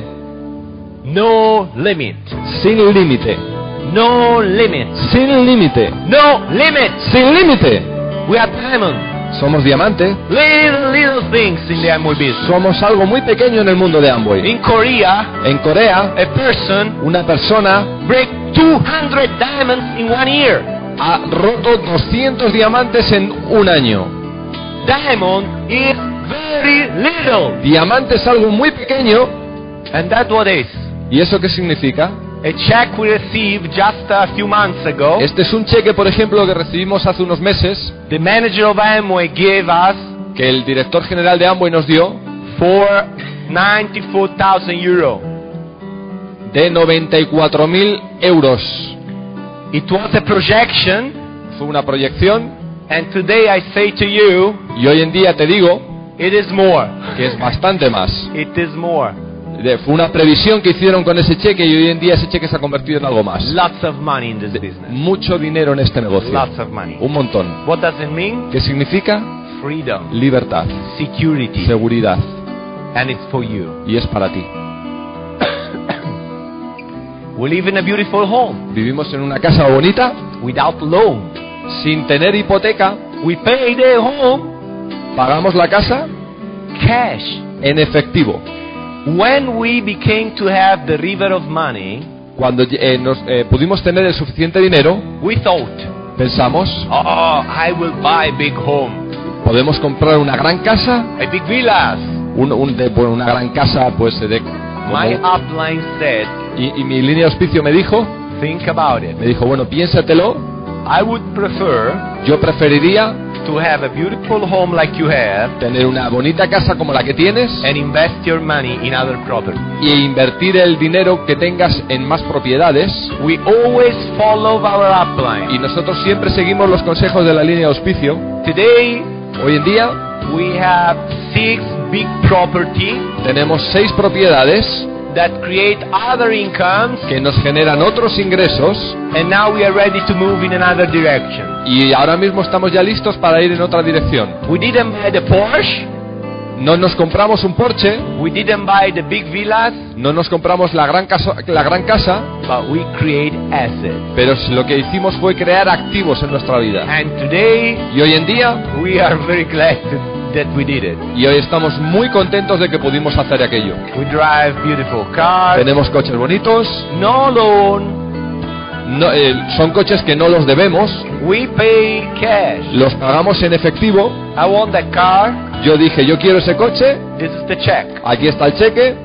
No limit. Sin límite. No limit. Sin límite. No limit. Sin límite. We are diamond. Somos diamante. Little, little things in the ammo business. Somos algo muy pequeño en el mundo de Amway. In Korea, En Corea, a person una persona break 200 diamonds in one year. ha roto 200 diamantes en un año. Diamond is very little. Diamante es algo muy pequeño. And that what is? ¿Y eso qué significa? A check we received just a few months ago. Este es un cheque, por ejemplo, que recibimos hace unos meses, The manager of Amway gave us que el director general de Amway nos dio, for 94,000 euro. de 94.000 euros. It was a projection. Fue una proyección And today I say to you, y hoy en día te digo, It is more. que es bastante más. It is more. De- Fue una previsión que hicieron con ese cheque y hoy en día ese cheque se ha convertido en algo más. Lots of money in this business. Mucho dinero en este negocio. Lots of money. Un montón. What does it mean? ¿Qué significa? Freedom, Libertad, security, seguridad. and it's for you. Y es para ti. We live in a beautiful home Vivimos en una casa bonita, without loan. sin tener hipoteca. We pay the home Pagamos la casa cash. en efectivo. When we became to have the river of money, Cuando eh, nos, eh, pudimos tener el suficiente dinero, we thought, pensamos, oh, I will buy a big home, podemos comprar una gran casa, a big villas. un, un de- bueno, una gran casa, pues eh, de... como- My upline said, y, y mi línea de auspicio me dijo, think about it. me dijo, bueno, piénsatelo, I would prefer yo preferiría to have a beautiful home like you have tener una bonita casa como la que tienes and invest your money in other property. y invertir el dinero que tengas en más propiedades. We always follow our upline. Y nosotros siempre seguimos los consejos de la línea de auspicio. Today Hoy en día we have six big property tenemos seis propiedades that create other incomes que nos generan otros ingresos and now we are ready to move in another direction. y ahora mismo estamos ya listos para ir en otra dirección. We didn't buy the Porsche, No nos compramos un Porsche, we didn't buy the big villas, no nos compramos la gran casa, la gran casa but we create assets. pero lo que hicimos fue crear activos en nuestra vida. And today Y hoy en día we are very glad that we did it. Y hoy estamos muy contentos de que pudimos hacer aquello. We drive beautiful cars, Tenemos coches bonitos, no loan, no- eh, son coches que no los debemos, we pay cash. los pagamos en efectivo. I want that car, Yo dije, yo quiero ese coche, this is the check. aquí está el cheque,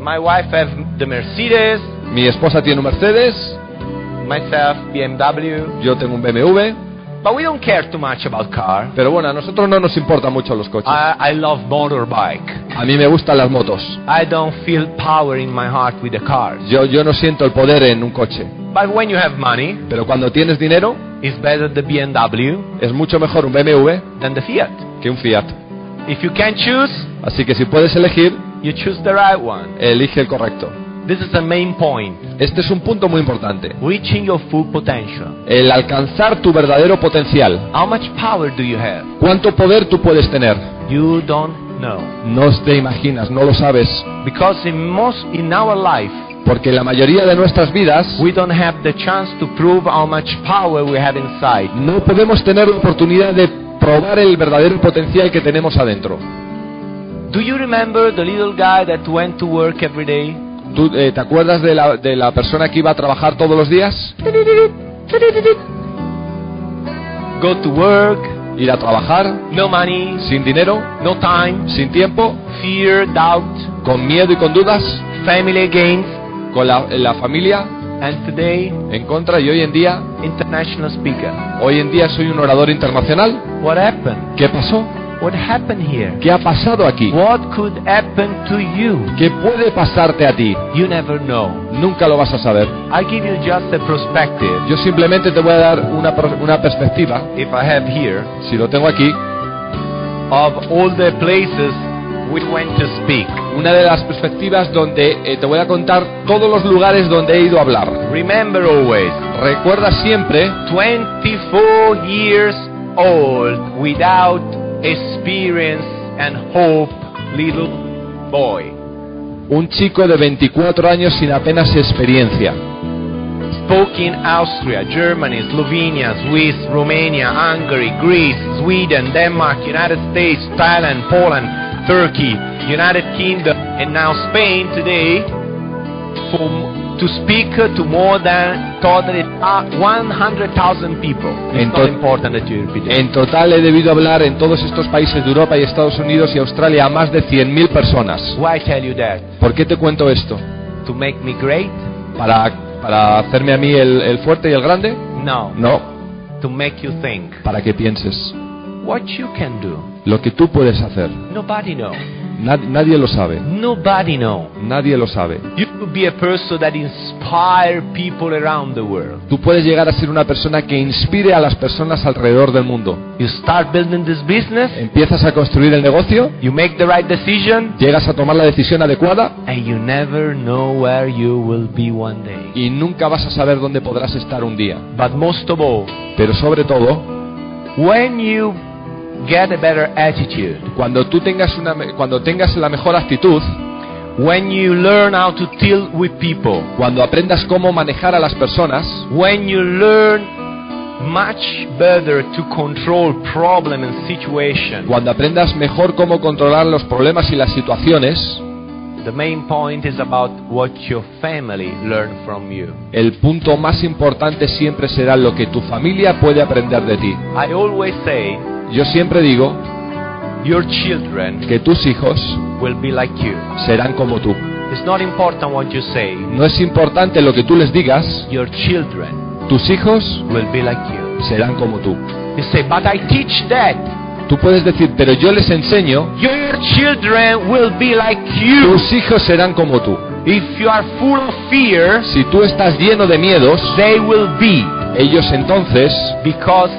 My wife has the Mercedes, mi esposa tiene un Mercedes, myself BMW. yo tengo un BMW, But we don't care too much about car. pero bueno, a nosotros no nos importan mucho los coches. I, I love motorbike. A mí me gustan las motos. I don't feel power in my heart with the cars. Yo, yo no siento el poder en un coche, But when you have money, pero cuando tienes dinero it's better the BMW es mucho mejor un BMW than the Fiat. que un Fiat. If you can choose, Así que si puedes elegir, you choose the right one. elige el correcto. This is the main point. Este es un punto muy importante. Reaching your full potential. El alcanzar tu verdadero potencial. How much power do you have? ¿Cuánto poder tú puedes tener? You don't know. No te imaginas, no lo sabes. Because in most in our life, Porque la mayoría de nuestras vidas we don't have the chance to prove how much power we have inside. no podemos tener la oportunidad de probar el verdadero potencial que tenemos adentro. Do you remember the little guy that went to work every day? ¿Tú eh, te acuerdas de la, de la persona que iba a trabajar todos los días? Go to work, Ir a trabajar no money, sin dinero, no time, sin tiempo, fear, doubt, con miedo y con dudas, family gains, con la, la familia and today, en contra y hoy en día, international speaker. hoy en día soy un orador internacional. What happened? ¿Qué pasó? What happened here? ¿Qué ha pasado aquí? What could happen to you? ¿Qué puede pasarte a ti? You never know. Nunca lo vas a saber. I give you just a perspective. Yo simplemente te voy a dar una, per- una perspectiva, If I have here, si lo tengo aquí, of all the places we went to speak. una de las perspectivas donde eh, te voy a contar todos los lugares donde he ido a hablar. Remember always, Recuerda siempre 24 years old without experience and hope, little boy. un chico de 24 años sin apenas experiencia. Spoke in Austria, Germany, Slovenia, Swiss, Romania, Hungary, Greece, Sweden, Denmark, United States, Thailand, Poland, Turkey, United Kingdom, and now Spain today for, to speak to more than totally uh, 100,000 people. It's In not tot- important that you repeat it. En total he debido hablar en todos estos países de Europa y Estados Unidos y Australia a más de 100.000 personas. Why I tell you that? ¿Por qué te cuento esto? To make me great? ¿Para, para hacerme a mí el, el fuerte y el grande? No. No, To make you think. para que pienses. What you can do, Lo que tú puedes hacer, nobody knows. Nad- nadie lo sabe. Nobody know. Nadie lo sabe. You could be a person that inspire people around the world. Tú puedes llegar a ser una persona que inspire a las personas alrededor del mundo. You start building this business, Empiezas a construir el negocio, you make the right decision, llegas a tomar la decisión adecuada and you never know where you will be one day. y nunca vas a saber dónde podrás estar un día. But most of all, Pero sobre todo, when you get a better attitude, cuando tú tengas una me- cuando tengas la mejor actitud, when you learn how to deal with people, cuando aprendas cómo manejar a las personas, when you learn much better to control problem and situation, cuando aprendas mejor cómo controlar los problemas y las situaciones, the main point is about what your family learn from you. el punto más importante siempre será lo que tu familia puede aprender de ti. I always say, Yo siempre digo your children que tus hijos will be like you. serán como tú. It's not important what you say. No es importante lo que tú les digas, Your children tus hijos will be like you. serán como tú. You say, but I teach that. Tú puedes decir, pero yo les enseño, Your children will be like you. tus hijos serán como tú. If you are full of fear, Si tú estás lleno de miedos, they will be. ellos entonces, Because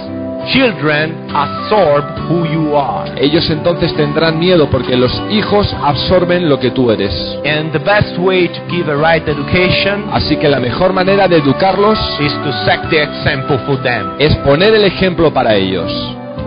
children absorb who you are. ellos entonces tendrán miedo porque los hijos absorben lo que tú eres. And the best way to give a right education Así que la mejor manera de educarlos is to set the example for them. es poner el ejemplo para ellos.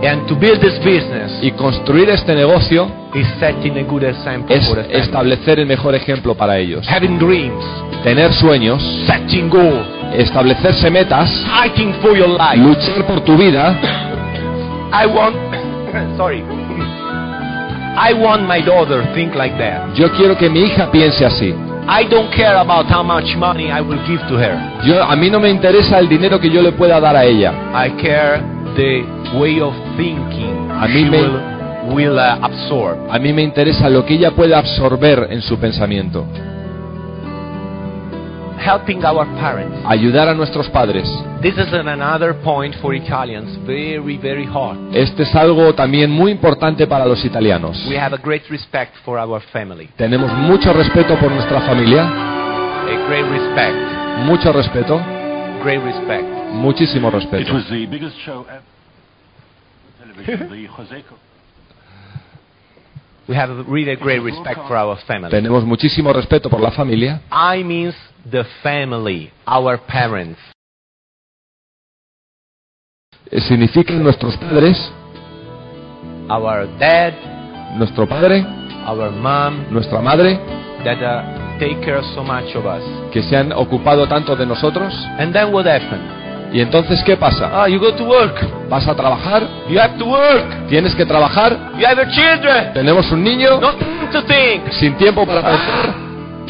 And to build this business Y construir este negocio is setting a good example es for the family. establecer el mejor ejemplo para ellos. Having dreams, Tener sueños, setting goals, establecerse metas, fighting for your life. luchar por tu vida I want, sorry, I want my daughter think like that. Yo quiero que mi hija piense así. I don't care about how much money I will give to her. Yo, a mí no me interesa el dinero que yo le pueda dar a ella. I care the way of thinking A mí she me- will, will uh, absorb. A mí me interesa lo que ella pueda absorber en su pensamiento. Helping our parents. Ayudar a nuestros padres. This is an- another point for Italians, very, very hot. Este es algo también muy importante para los italianos. We have a great respect for our family, Tenemos mucho respeto por nuestra familia. a great respect, Mucho respeto. great respect. Muchísimo It respeto. was the biggest show ever. Television, the Joseco. We have a really great respect for our family. Tenemos muchísimo respeto por la familia. I means the family, our parents. Eh, Significa nuestros padres, our dad, nuestro padre, our mom nuestra madre, that uh, take care so much of us. que se han ocupado tanto de nosotros. And then what happened? ¿Y entonces qué pasa? Ah, you go to work. ¿Vas a trabajar? You have to work. Tienes que trabajar, You have your children. tenemos un niño No time to think. sin tiempo para pensar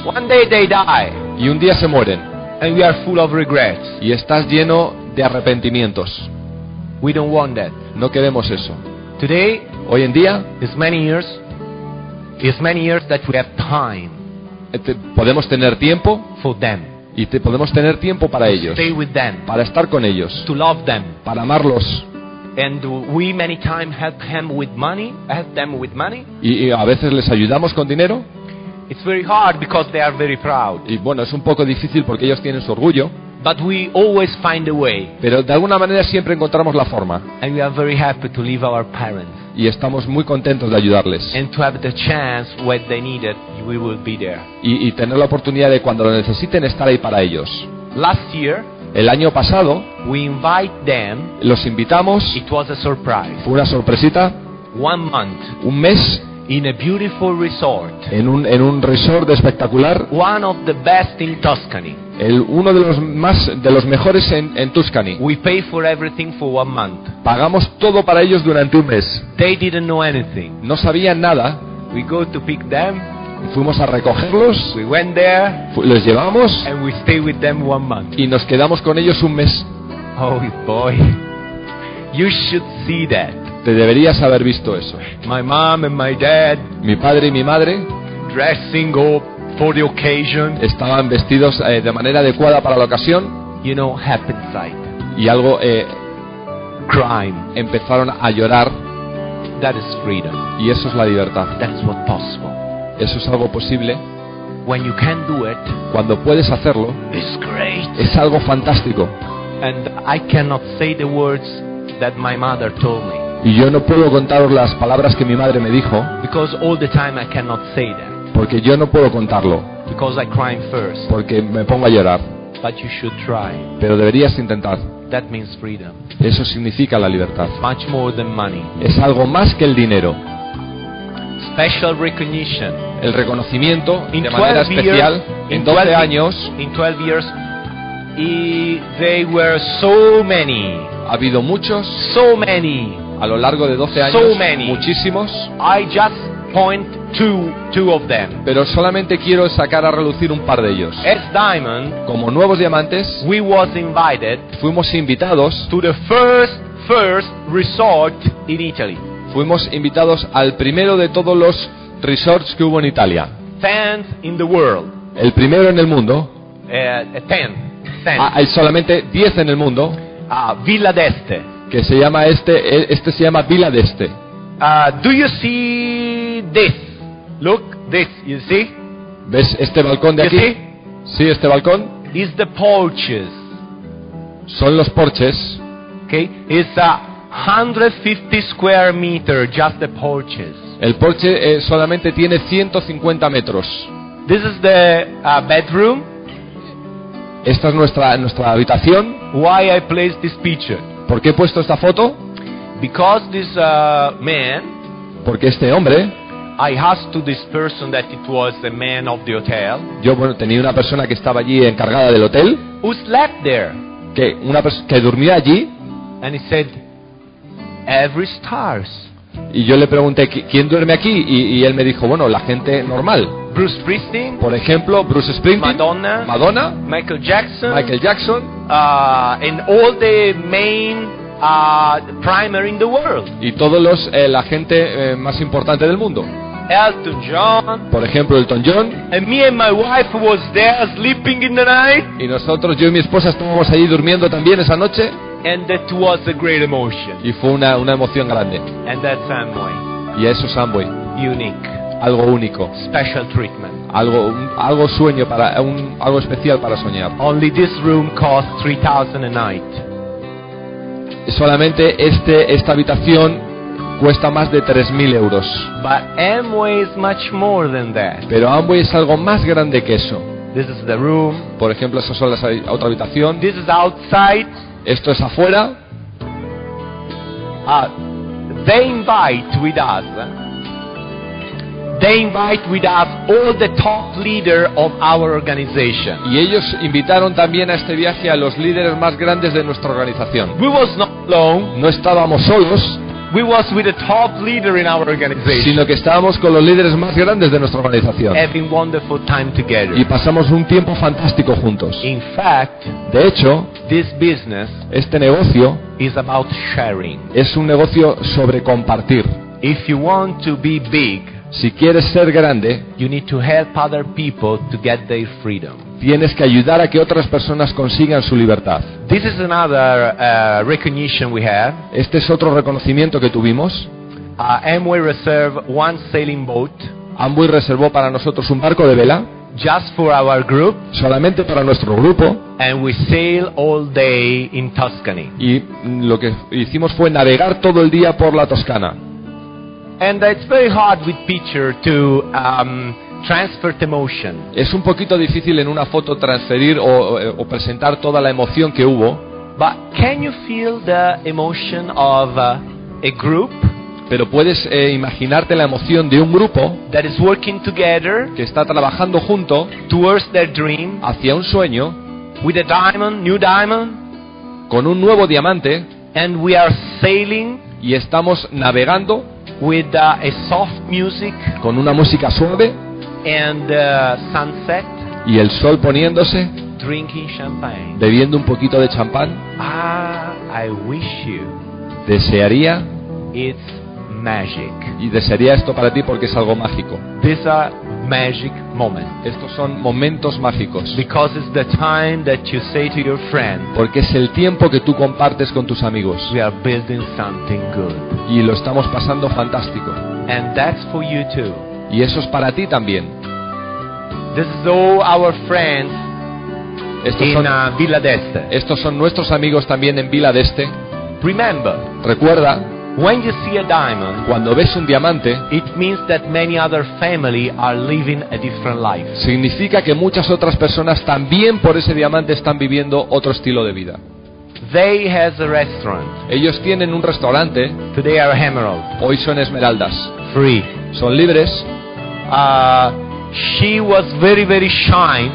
One day they die, y un día se mueren and we are full of regrets. y estás lleno de arrepentimientos. We don't want that. No queremos eso. Today Hoy en día is many years. It's many years that we have time eh, te- podemos tener tiempo for them, y te- podemos tener tiempo para ellos, stay with them, para estar con ellos, to love them. para amarlos And we many time help them with money, help them with money. y, y a veces les ayudamos con dinero It's very hard because they are very proud. y bueno, es un poco difícil porque ellos tienen su orgullo, But we always find a way, pero de alguna manera siempre encontramos la forma and we are very happy to leave our parents y estamos muy contentos de ayudarles and to have the chance when they need it, we will be there. y- y tener la oportunidad de cuando lo necesiten estar ahí para ellos. Last year, El año pasado we invite them. Los invitamos. It was a surprise. Fue una sorpresita. One month Un mes in a beautiful resort, en un, en un resort espectacular. one of the best in Tuscany. El, uno de los, más, de los mejores en, en Tuscany. We pay for everything for one month. Pagamos todo para ellos durante un mes. They didn't know anything. No sabían nada. We go to pick them. Fuimos a recogerlos. We went there fu- Los llevamos and we stay with them one month. y nos quedamos con ellos un mes. Oh boy, you should see that. Te deberías haber visto eso. My mom and my dad Mi padre y mi madre dressing up for the occasion. estaban vestidos eh, de manera adecuada para la ocasión You know, happen sight. y algo eh, Crime. empezaron a llorar That is freedom. y eso es la libertad. That's what possible. eso es algo posible, When you can do it, cuando puedes hacerlo, it's great. es algo fantástico. And I cannot say the words that my mother told me Y yo no puedo contaros las palabras que mi madre me dijo, because all the time I cannot say them porque yo no puedo contarlo, because I cry first. porque me pongo a llorar. But you should try. Pero deberías intentar. That means freedom. Eso significa la libertad. Much more than money. Es algo más que el dinero. Special recognition. El reconocimiento In de manera 12 years- especial en in 12 12 años In 12 years, i- they were so many, ha habido muchos, so many. a lo largo de 12 años So many. muchísimos, I just point two, two of them. pero solamente quiero sacar a relucir un par de ellos. As Diamond, Como nuevos diamantes, we was invited fuimos invitados, to the first, first resort in Italy. fuimos invitados al primero de todos los resorts que hubo en Italia. Tenth in the world. El primero en el mundo, Uh, uh, ten. Ten. ah, hay solamente 10 en el mundo, Ah, Villa d'Este. que se llama este, eh, este se llama Vila d'Este. Uh, do you see this? Look, this, you see? ¿Ves este balcón de You aquí? see? Sí, este balcón. Is the porches. Son los porches. Okay? It's a 150 square meter, just the porches. El porche eh, solamente tiene 150 metros. This is the uh, bedroom. Esta es nuestra, nuestra habitación. Why I placed this picture? ¿Por qué he puesto esta foto? Because this uh, man, Porque este hombre, I asked to this person that it was the man of the hotel yo bueno, tenía una persona que estaba allí encargada del hotel, who slept there, que, una pers- que dormía allí, and he said, "Every stars." y yo le pregunté, "¿Qui- ¿quién duerme aquí? Y, y él me dijo, bueno, la gente normal. Bruce Springsteen, Por ejemplo, Bruce Springsteen, Madonna, Madonna, Michael Jackson, Michael Jackson uh, and all the main uh, primer in the world. y todos los eh, la gente eh, más importante del mundo. Elton John, Por ejemplo, Elton John. and me and my wife was there sleeping in the night, Y nosotros, yo y mi esposa, estábamos allí durmiendo también esa noche. and that was a great emotion. Y fue una, una emoción grande. And that's Amway, Y eso es Amway. unique, Algo único. special treatment. Algo, un- algo sueño, para, un- algo especial para soñar. Only this room costs 3,000 a night. Solamente este, esta habitación cuesta más de 3.000 euros. But Amway is much more than that. Pero Amway es algo más grande que eso. This is the room. Por ejemplo, esa son las habi- otra habitación. This is outside. Esto es afuera. Uh, they invite with us. They invite with us all the top leader of our organization. Y ellos invitaron también a este viaje a los líderes más grandes de nuestra organización. We was not alone. No estábamos solos, We was with the top leader in our sino organization. que estábamos con los líderes más grandes de nuestra organización. Having wonderful time together. Y pasamos un tiempo fantástico juntos. In fact, De hecho, this business este negocio is about sharing. es un negocio sobre compartir. If you want to be big, Si quieres ser grande, You need to help other people to get their freedom. tienes que ayudar a que otras personas consigan su libertad. This is another uh, recognition we have. Este es otro reconocimiento que tuvimos. Uh, Amway reserve one sailing boat Amway reservó para nosotros un barco de vela, just for our group, solamente para nuestro grupo, and we sail all day in Tuscany. y mm, lo que hicimos fue navegar todo el día por la Toscana. And it's very hard with picture to um, transfer the emotion. Es un poquito difícil en una foto transferir o- o- o presentar toda la emoción que hubo, But can you feel the emotion of uh, a group Pero puedes eh, imaginarte la emoción de un grupo that is working together que está trabajando junto towards their dream hacia un sueño with a diamond, new diamond? con un nuevo diamante and we are sailing y estamos navegando with uh, a soft music con una música suave and uh, sunset, y el sol poniéndose, drinking champagne. bebiendo un poquito de champán. Ah, I wish you. Desearía It's magic. y desearía esto para ti porque es algo mágico. These are magic moments Estos son momentos mágicos because it's the time that you say to your friend, porque es el tiempo que tú compartes con tus amigos "We are building something good," y lo estamos pasando fantástico and that's for you too. Y eso es para ti también. This is all our friends Estos in son, uh, Villa d'Este. estos son nuestros amigos también en Vila de Este. Remember, Recuerda, when you see a diamond, cuando ves un diamante, it means that many other family are living a different life. significa que muchas otras personas también por ese diamante están viviendo otro estilo de vida. They has a restaurant. Ellos tienen un restaurante, Today are emerald, hoy son esmeraldas, free. son libres. Uh, she was very, very shy.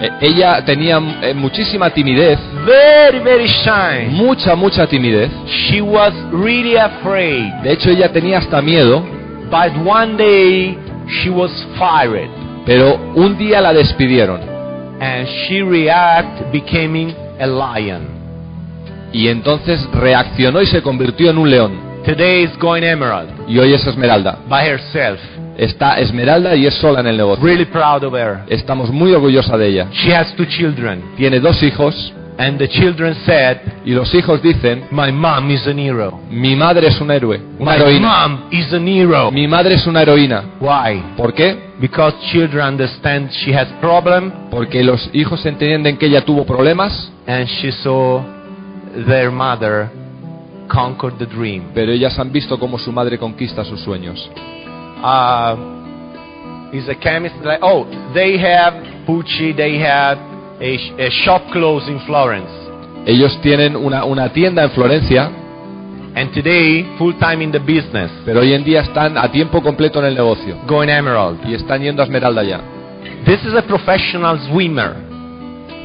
Eh, ella tenía eh, muchísima timidez, Very, very shy. mucha, mucha timidez. She was really afraid. De hecho, ella tenía hasta miedo, But one day she was fired pero un día la despidieron. and she react becoming a lion. Y entonces reaccionó y se convirtió en un león. Today is going emerald Y hoy es Esmeralda. by herself. Está Esmeralda y es sola en el negocio. Really proud of her. Estamos muy orgullosa de ella. She has two children Tiene dos hijos and the children said, y los hijos dicen, "My mom is an hero. mi madre es un héroe, una My heroína. mom is an hero." Mi madre es una heroína. Why? ¿Por qué? Because children understand she has problem Porque los hijos entienden que ella tuvo problemas, and she saw their mother conquer the dream. pero ellas han visto cómo su madre conquista sus sueños. uh, is a chemist. Like, oh, they have Pucci, they have a, sh- a shop close in Florence. Ellos tienen una, una tienda en Florencia, And today, full time in the business, pero hoy en día están a tiempo completo en el negocio going emerald. y están yendo a Esmeralda ya. This is a professional swimmer,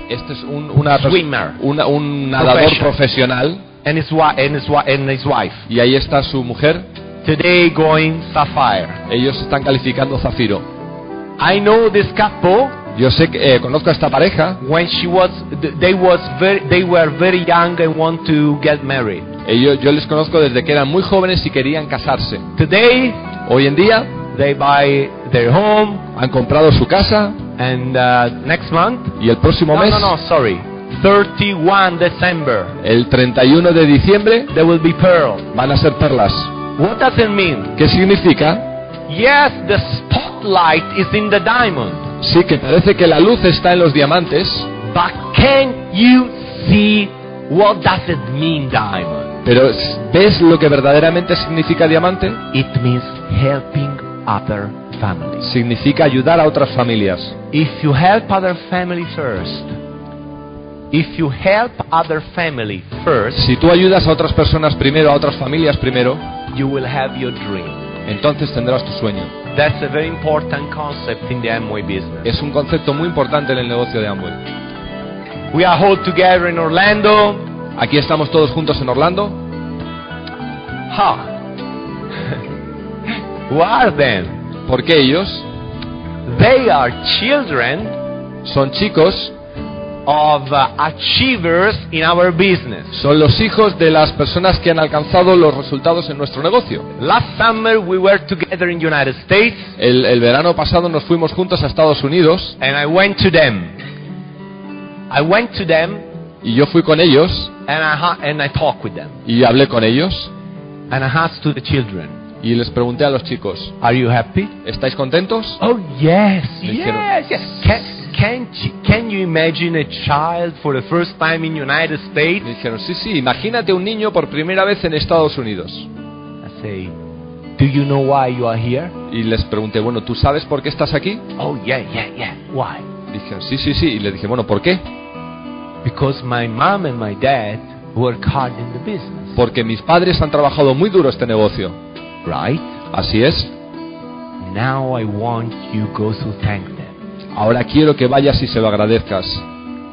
Este es un, una pers- Swimmer. una- un nadador Profession. profesional and his, wi- and, his wi- and his wife. y ahí está su mujer. Today, going sapphire. Ellos están calificando Zafiro. I know this couple Yo sé que eh, conozco a esta pareja. when she was, th- they was very, they were very young and want to get married. Ellos, yo les conozco desde que eran muy jóvenes y querían casarse. Today, Hoy en día they buy their home, han comprado su casa and uh, next month y el próximo No, mes, no, no, sorry. 31 December, el 31 de diciembre, there will be pearl. van a ser perlas. What does it mean? ¿Qué significa? Yes, the spotlight is in the diamond, Sí, que parece que la luz está en los diamantes, but can you see what does it mean, diamond? pero s- ¿ves lo que verdaderamente significa diamante? It means helping other families. Significa ayudar a otras familias. If you help other family first, if you help other family first, Si tú ayudas a otras personas primero, a otras familias primero, you will have your dream. entonces tendrás tu sueño. That's a very important concept in the Amway business. Es un concepto muy importante en el negocio de Amway. We are all together in Orlando. Aquí estamos todos juntos en Orlando. Ha! Who are them? porque ellos? They are children Son chicos of uh, achievers in our business. Son los hijos de las personas que han alcanzado los resultados en nuestro negocio. Last summer we were together in United States El, el verano pasado nos fuimos juntos a Estados Unidos and I went to them. I went to them y yo fui con ellos and I ha- and I talked with them y hablé con ellos and I asked to the children, y les pregunté a los chicos, "Are you happy?" ¿estáis contentos? Oh yes, Me dijeron, yes, yes. Can, can, you- can you imagine a child for the first time in United Y States? me dijeron, sí, sí, imagínate un niño por primera vez en Estados Unidos. I say, "Do you know why you are here?" Y les pregunté, bueno, ¿tú sabes por qué estás aquí? Oh, yeah, yeah, yeah. Why? Dijeron, sí, sí, sí. Y le dije, bueno, ¿por qué? Because my mom and my dad work hard in the business. Porque mis padres han trabajado muy duro este negocio. Right? Así es. Now I want you go to thank them. Ahora quiero que vayas y se lo agradezcas.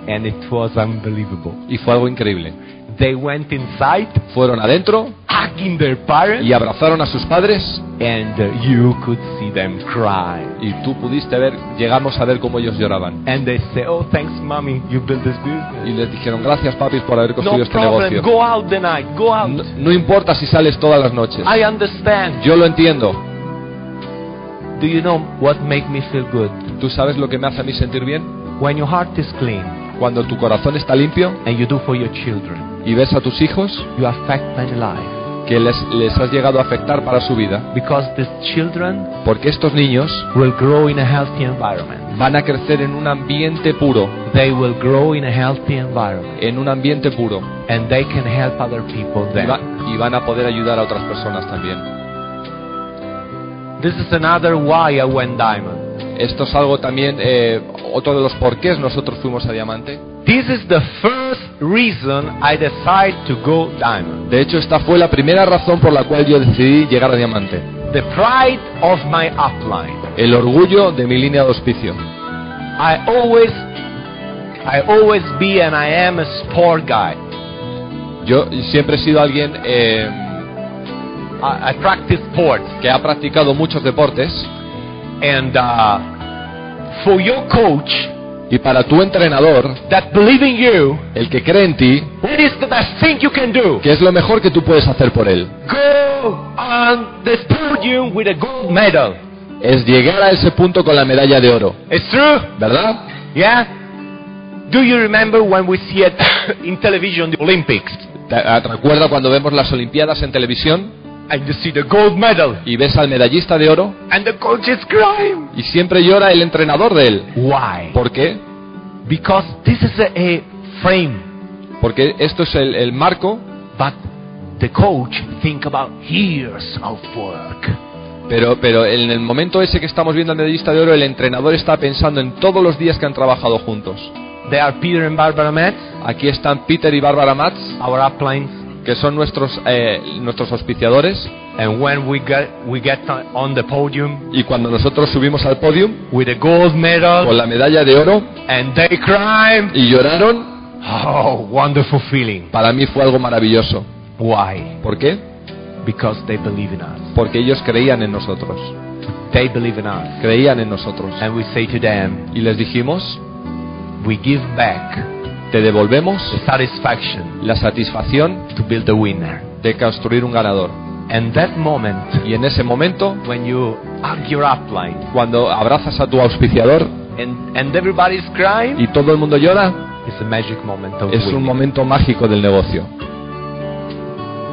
And it was unbelievable. Y fue algo increíble. They went inside, Fueron adentro, hugging their y parents, abrazaron a sus padres and uh, you could see them cry. y tú pudiste ver, llegamos a ver cómo ellos lloraban. And they say, oh, thanks, mommy, you built this Y business. les dijeron, gracias papis por haber construido No este problem, negocio. go out the night, go out. No, no importa si sales todas las noches. I understand. Yo lo entiendo. Do you know what make me feel good? ¿Tú sabes lo que me hace a mí sentir bien? When your heart is clean Cuando tu corazón está limpio and you do for your children, y ves a tus hijos you affect many lives. que les, les has llegado a afectar para su vida, because these children porque estos niños will grow in a healthy environment. van a crecer en un ambiente puro, They will grow in a healthy environment en un ambiente puro, and they can help other people y, then. va- y van a poder ayudar a otras personas también. This is another why I went diamond. Esto es algo también, eh, otro de los porqués nosotros fuimos a Diamante. This is the first reason I decided to go diamond. De hecho, esta fue la primera razón por la cual yo decidí llegar a Diamante. The pride of my upline. El orgullo de mi línea de auspicio. I always I always be and I am a sport guy. Yo siempre he sido alguien eh, I, I practice sports que ha practicado muchos deportes and uh, for your coach y para tu entrenador, that believe in you, el que cree en ti, what is the best thing you can do? que es lo mejor que tú puedes hacer por él, Go on this podium with a gold medal. es llegar a ese punto con la medalla de oro, It's true? ¿verdad? Yeah? Do you remember when we see it in television the Olympics? ¿Te te recuerda cuando vemos las Olimpiadas en televisión And you see the gold medal y ves al medallista de oro and the coach is crying. y siempre llora el entrenador de él? Why? ¿Por qué? Because this is a, a frame, Porque esto es el, el marco, but the coach think about years of work. pero, pero en el momento ese que estamos viendo al medallista de oro, el entrenador está pensando en todos los días que han trabajado juntos. They are Peter and Barbara Metz, Aquí están Peter y Bárbara Matz, our uplines, que son nuestros, eh, nuestros auspiciadores, and when we get we get on on the podium y cuando nosotros subimos al podium with a gold con medal la medalla de oro and they cry, y lloraron, oh, wonderful feeling. para mí fue algo maravilloso. Why? ¿Por qué? Because they believe in us. Porque ellos creían en nosotros, They believe in us, creían en nosotros. and we say to them, Y les dijimos, we give back te devolvemos the satisfaction la satisfacción to build a winner. de construir un ganador. And that moment Y en ese momento, when you hug your upline cuando abrazas a tu auspiciador and, and everybody's crying, y todo el mundo llora, it's a magic moment of es un winning. momento mágico del negocio.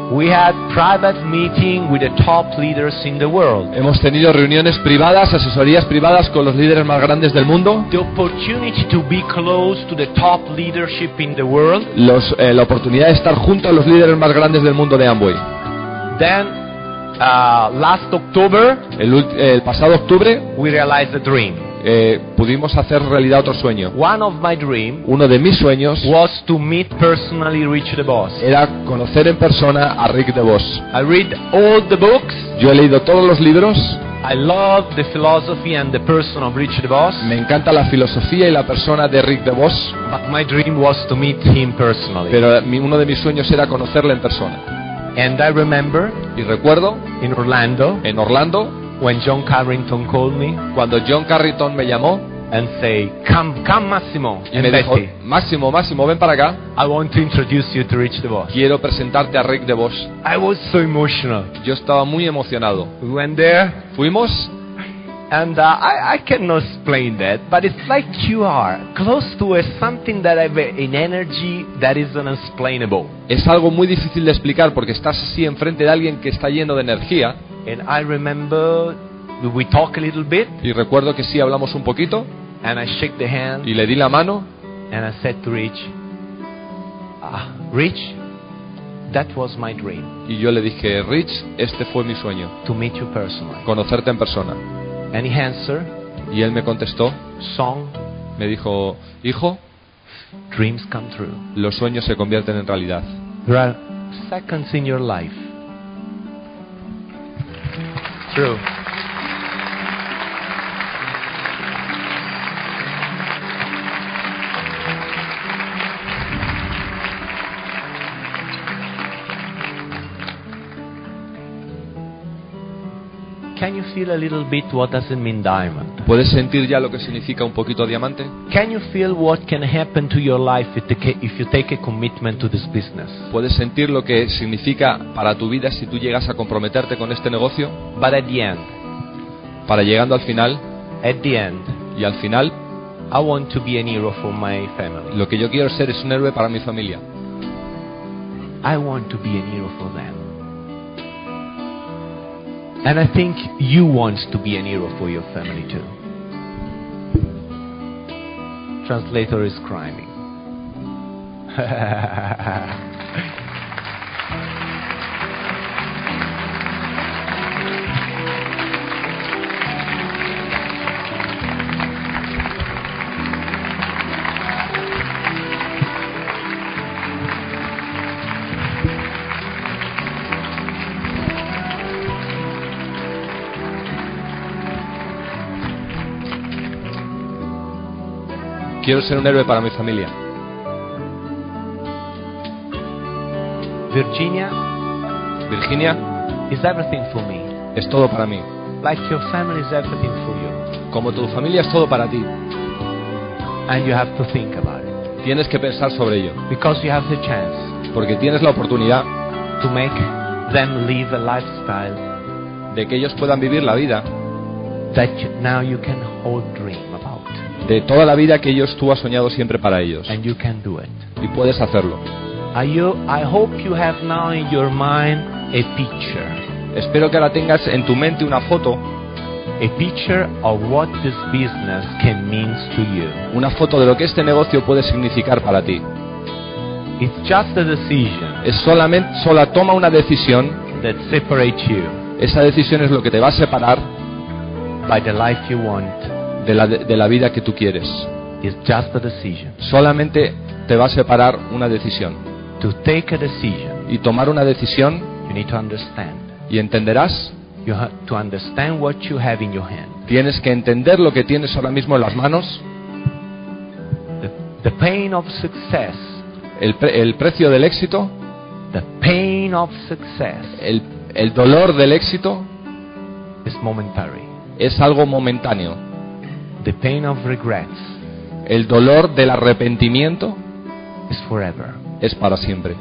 We had private meeting with the top leaders in the world. Hemos tenido reuniones privadas, asesorías privadas con los líderes más grandes del mundo The opportunity to be close to the top leadership in the world. los, eh, la oportunidad de estar junto a los líderes más grandes del mundo de Amway. Then, uh, last October, El, ult- eh, el pasado octubre we realized a dream. eh, pudimos hacer realidad otro sueño. One of my dreams Uno de mis sueños was to meet personally Rich the Boss. era conocer en persona a Rick DeVos. I read all the books. Yo he leído todos los libros, I love the philosophy and the person of Rich the Boss. me encanta la filosofía y la persona de Rick DeVos, But my dream was to meet him personally. pero mi- uno de mis sueños era conocerle en persona. And I remember Y recuerdo in Orlando en Orlando when John Carrington called me cuando John Carrington me llamó and say, "Come, come, Massimo y and me dijo, Betty. Máximo, Máximo, ven para acá, I want to introduce you to Rich the Boss." quiero presentarte a Rick DeVos. I was so emotional. Yo estaba muy emocionado. We went there, Fuimos and uh, I, I cannot explain that, but it's like you are close to a, something that I've an energy that is unexplainable. Es algo muy difícil de explicar porque estás así enfrente de alguien que está lleno de energía. And I remember we talk a little bit, Y recuerdo que sí hablamos un poquito and I shake the hand, y le di la mano and I said to Rich, "Ah, Rich, that was my dream." y yo le dije, Rich, este fue mi sueño, to meet you personally. conocerte en persona. Any answer, Y él me contestó, song, me dijo, hijo, dreams come true. los sueños se convierten en realidad. There are seconds in your life. True. Can you feel a little bit what does it mean diamond? ¿Puedes sentir ya lo que significa un poquito diamante? Can you feel what can happen to your life if, take if you take a commitment to this business? ¿Puedes sentir lo que significa para tu vida si tú llegas a comprometerte con este negocio? But at the end, Para llegando al final, at the end, y al final, I want to be an hero for my family. lo que yo quiero ser es un héroe para mi familia. I want to be an hero for them. And I think you want to be an hero for your family too. Translator is crying. Quiero ser un héroe para mi familia. Virginia Virginia is everything for me, es todo para mí. like your family is everything for you. Como tu familia es todo para ti, And you have to think about it tienes que pensar sobre ello. because you have the chance Porque tienes la oportunidad to make them live a lifestyle de que ellos puedan vivir la vida, that you, now you can all dream about. de toda la vida que ellos tú has soñado siempre para ellos. And you can do it. Y puedes hacerlo. Are you, I hope you have now in your mind a picture. Espero que ahora tengas en tu mente una foto, A picture of what this business can mean to you. una foto de lo que este negocio puede significar para ti. It's just a decision Es solamente, sola toma una decisión, that separates you esa decisión es lo que te va a separar by the life you want. de la, de la vida que tú quieres. It's just a decision. Solamente te va a separar una decisión. To take a decision, Y tomar una decisión, you need to understand. y entenderás, You have to understand what you have in your hand. tienes que entender lo que tienes ahora mismo en las manos, The, the pain of success. el, pre- el precio del éxito, The pain of success el, el dolor del éxito, is momentary. es algo momentáneo. The pain of regrets El dolor del arrepentimiento is forever. es para siempre.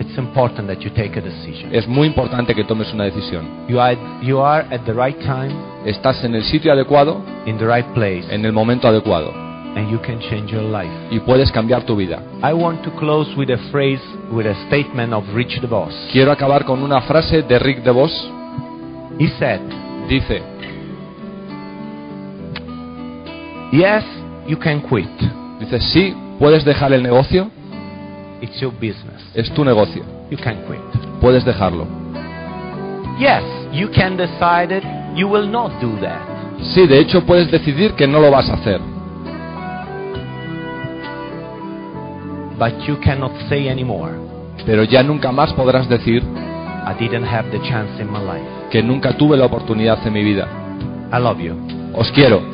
It's important that you take a decision. Es muy importante que tomes una decisión. You are, you are at the right time, Estás en el sitio adecuado, in the right place, en el momento adecuado, and you can change your life. y puedes cambiar tu vida. I want to close with a phrase, with a statement of Rich DeVos. Quiero acabar con una frase de Rick DeVos. He said, Dice, Yes, you can quit. dice, sí, puedes dejar el negocio, It's your business. es tu negocio, You can quit. puedes dejarlo. Yes, you can decide it. You will not do that. Sí, de hecho puedes decidir que no lo vas a hacer, But you cannot say anymore, pero ya nunca más podrás decir I didn't have the chance in my life. que nunca tuve la oportunidad en mi vida. I love you. Os quiero.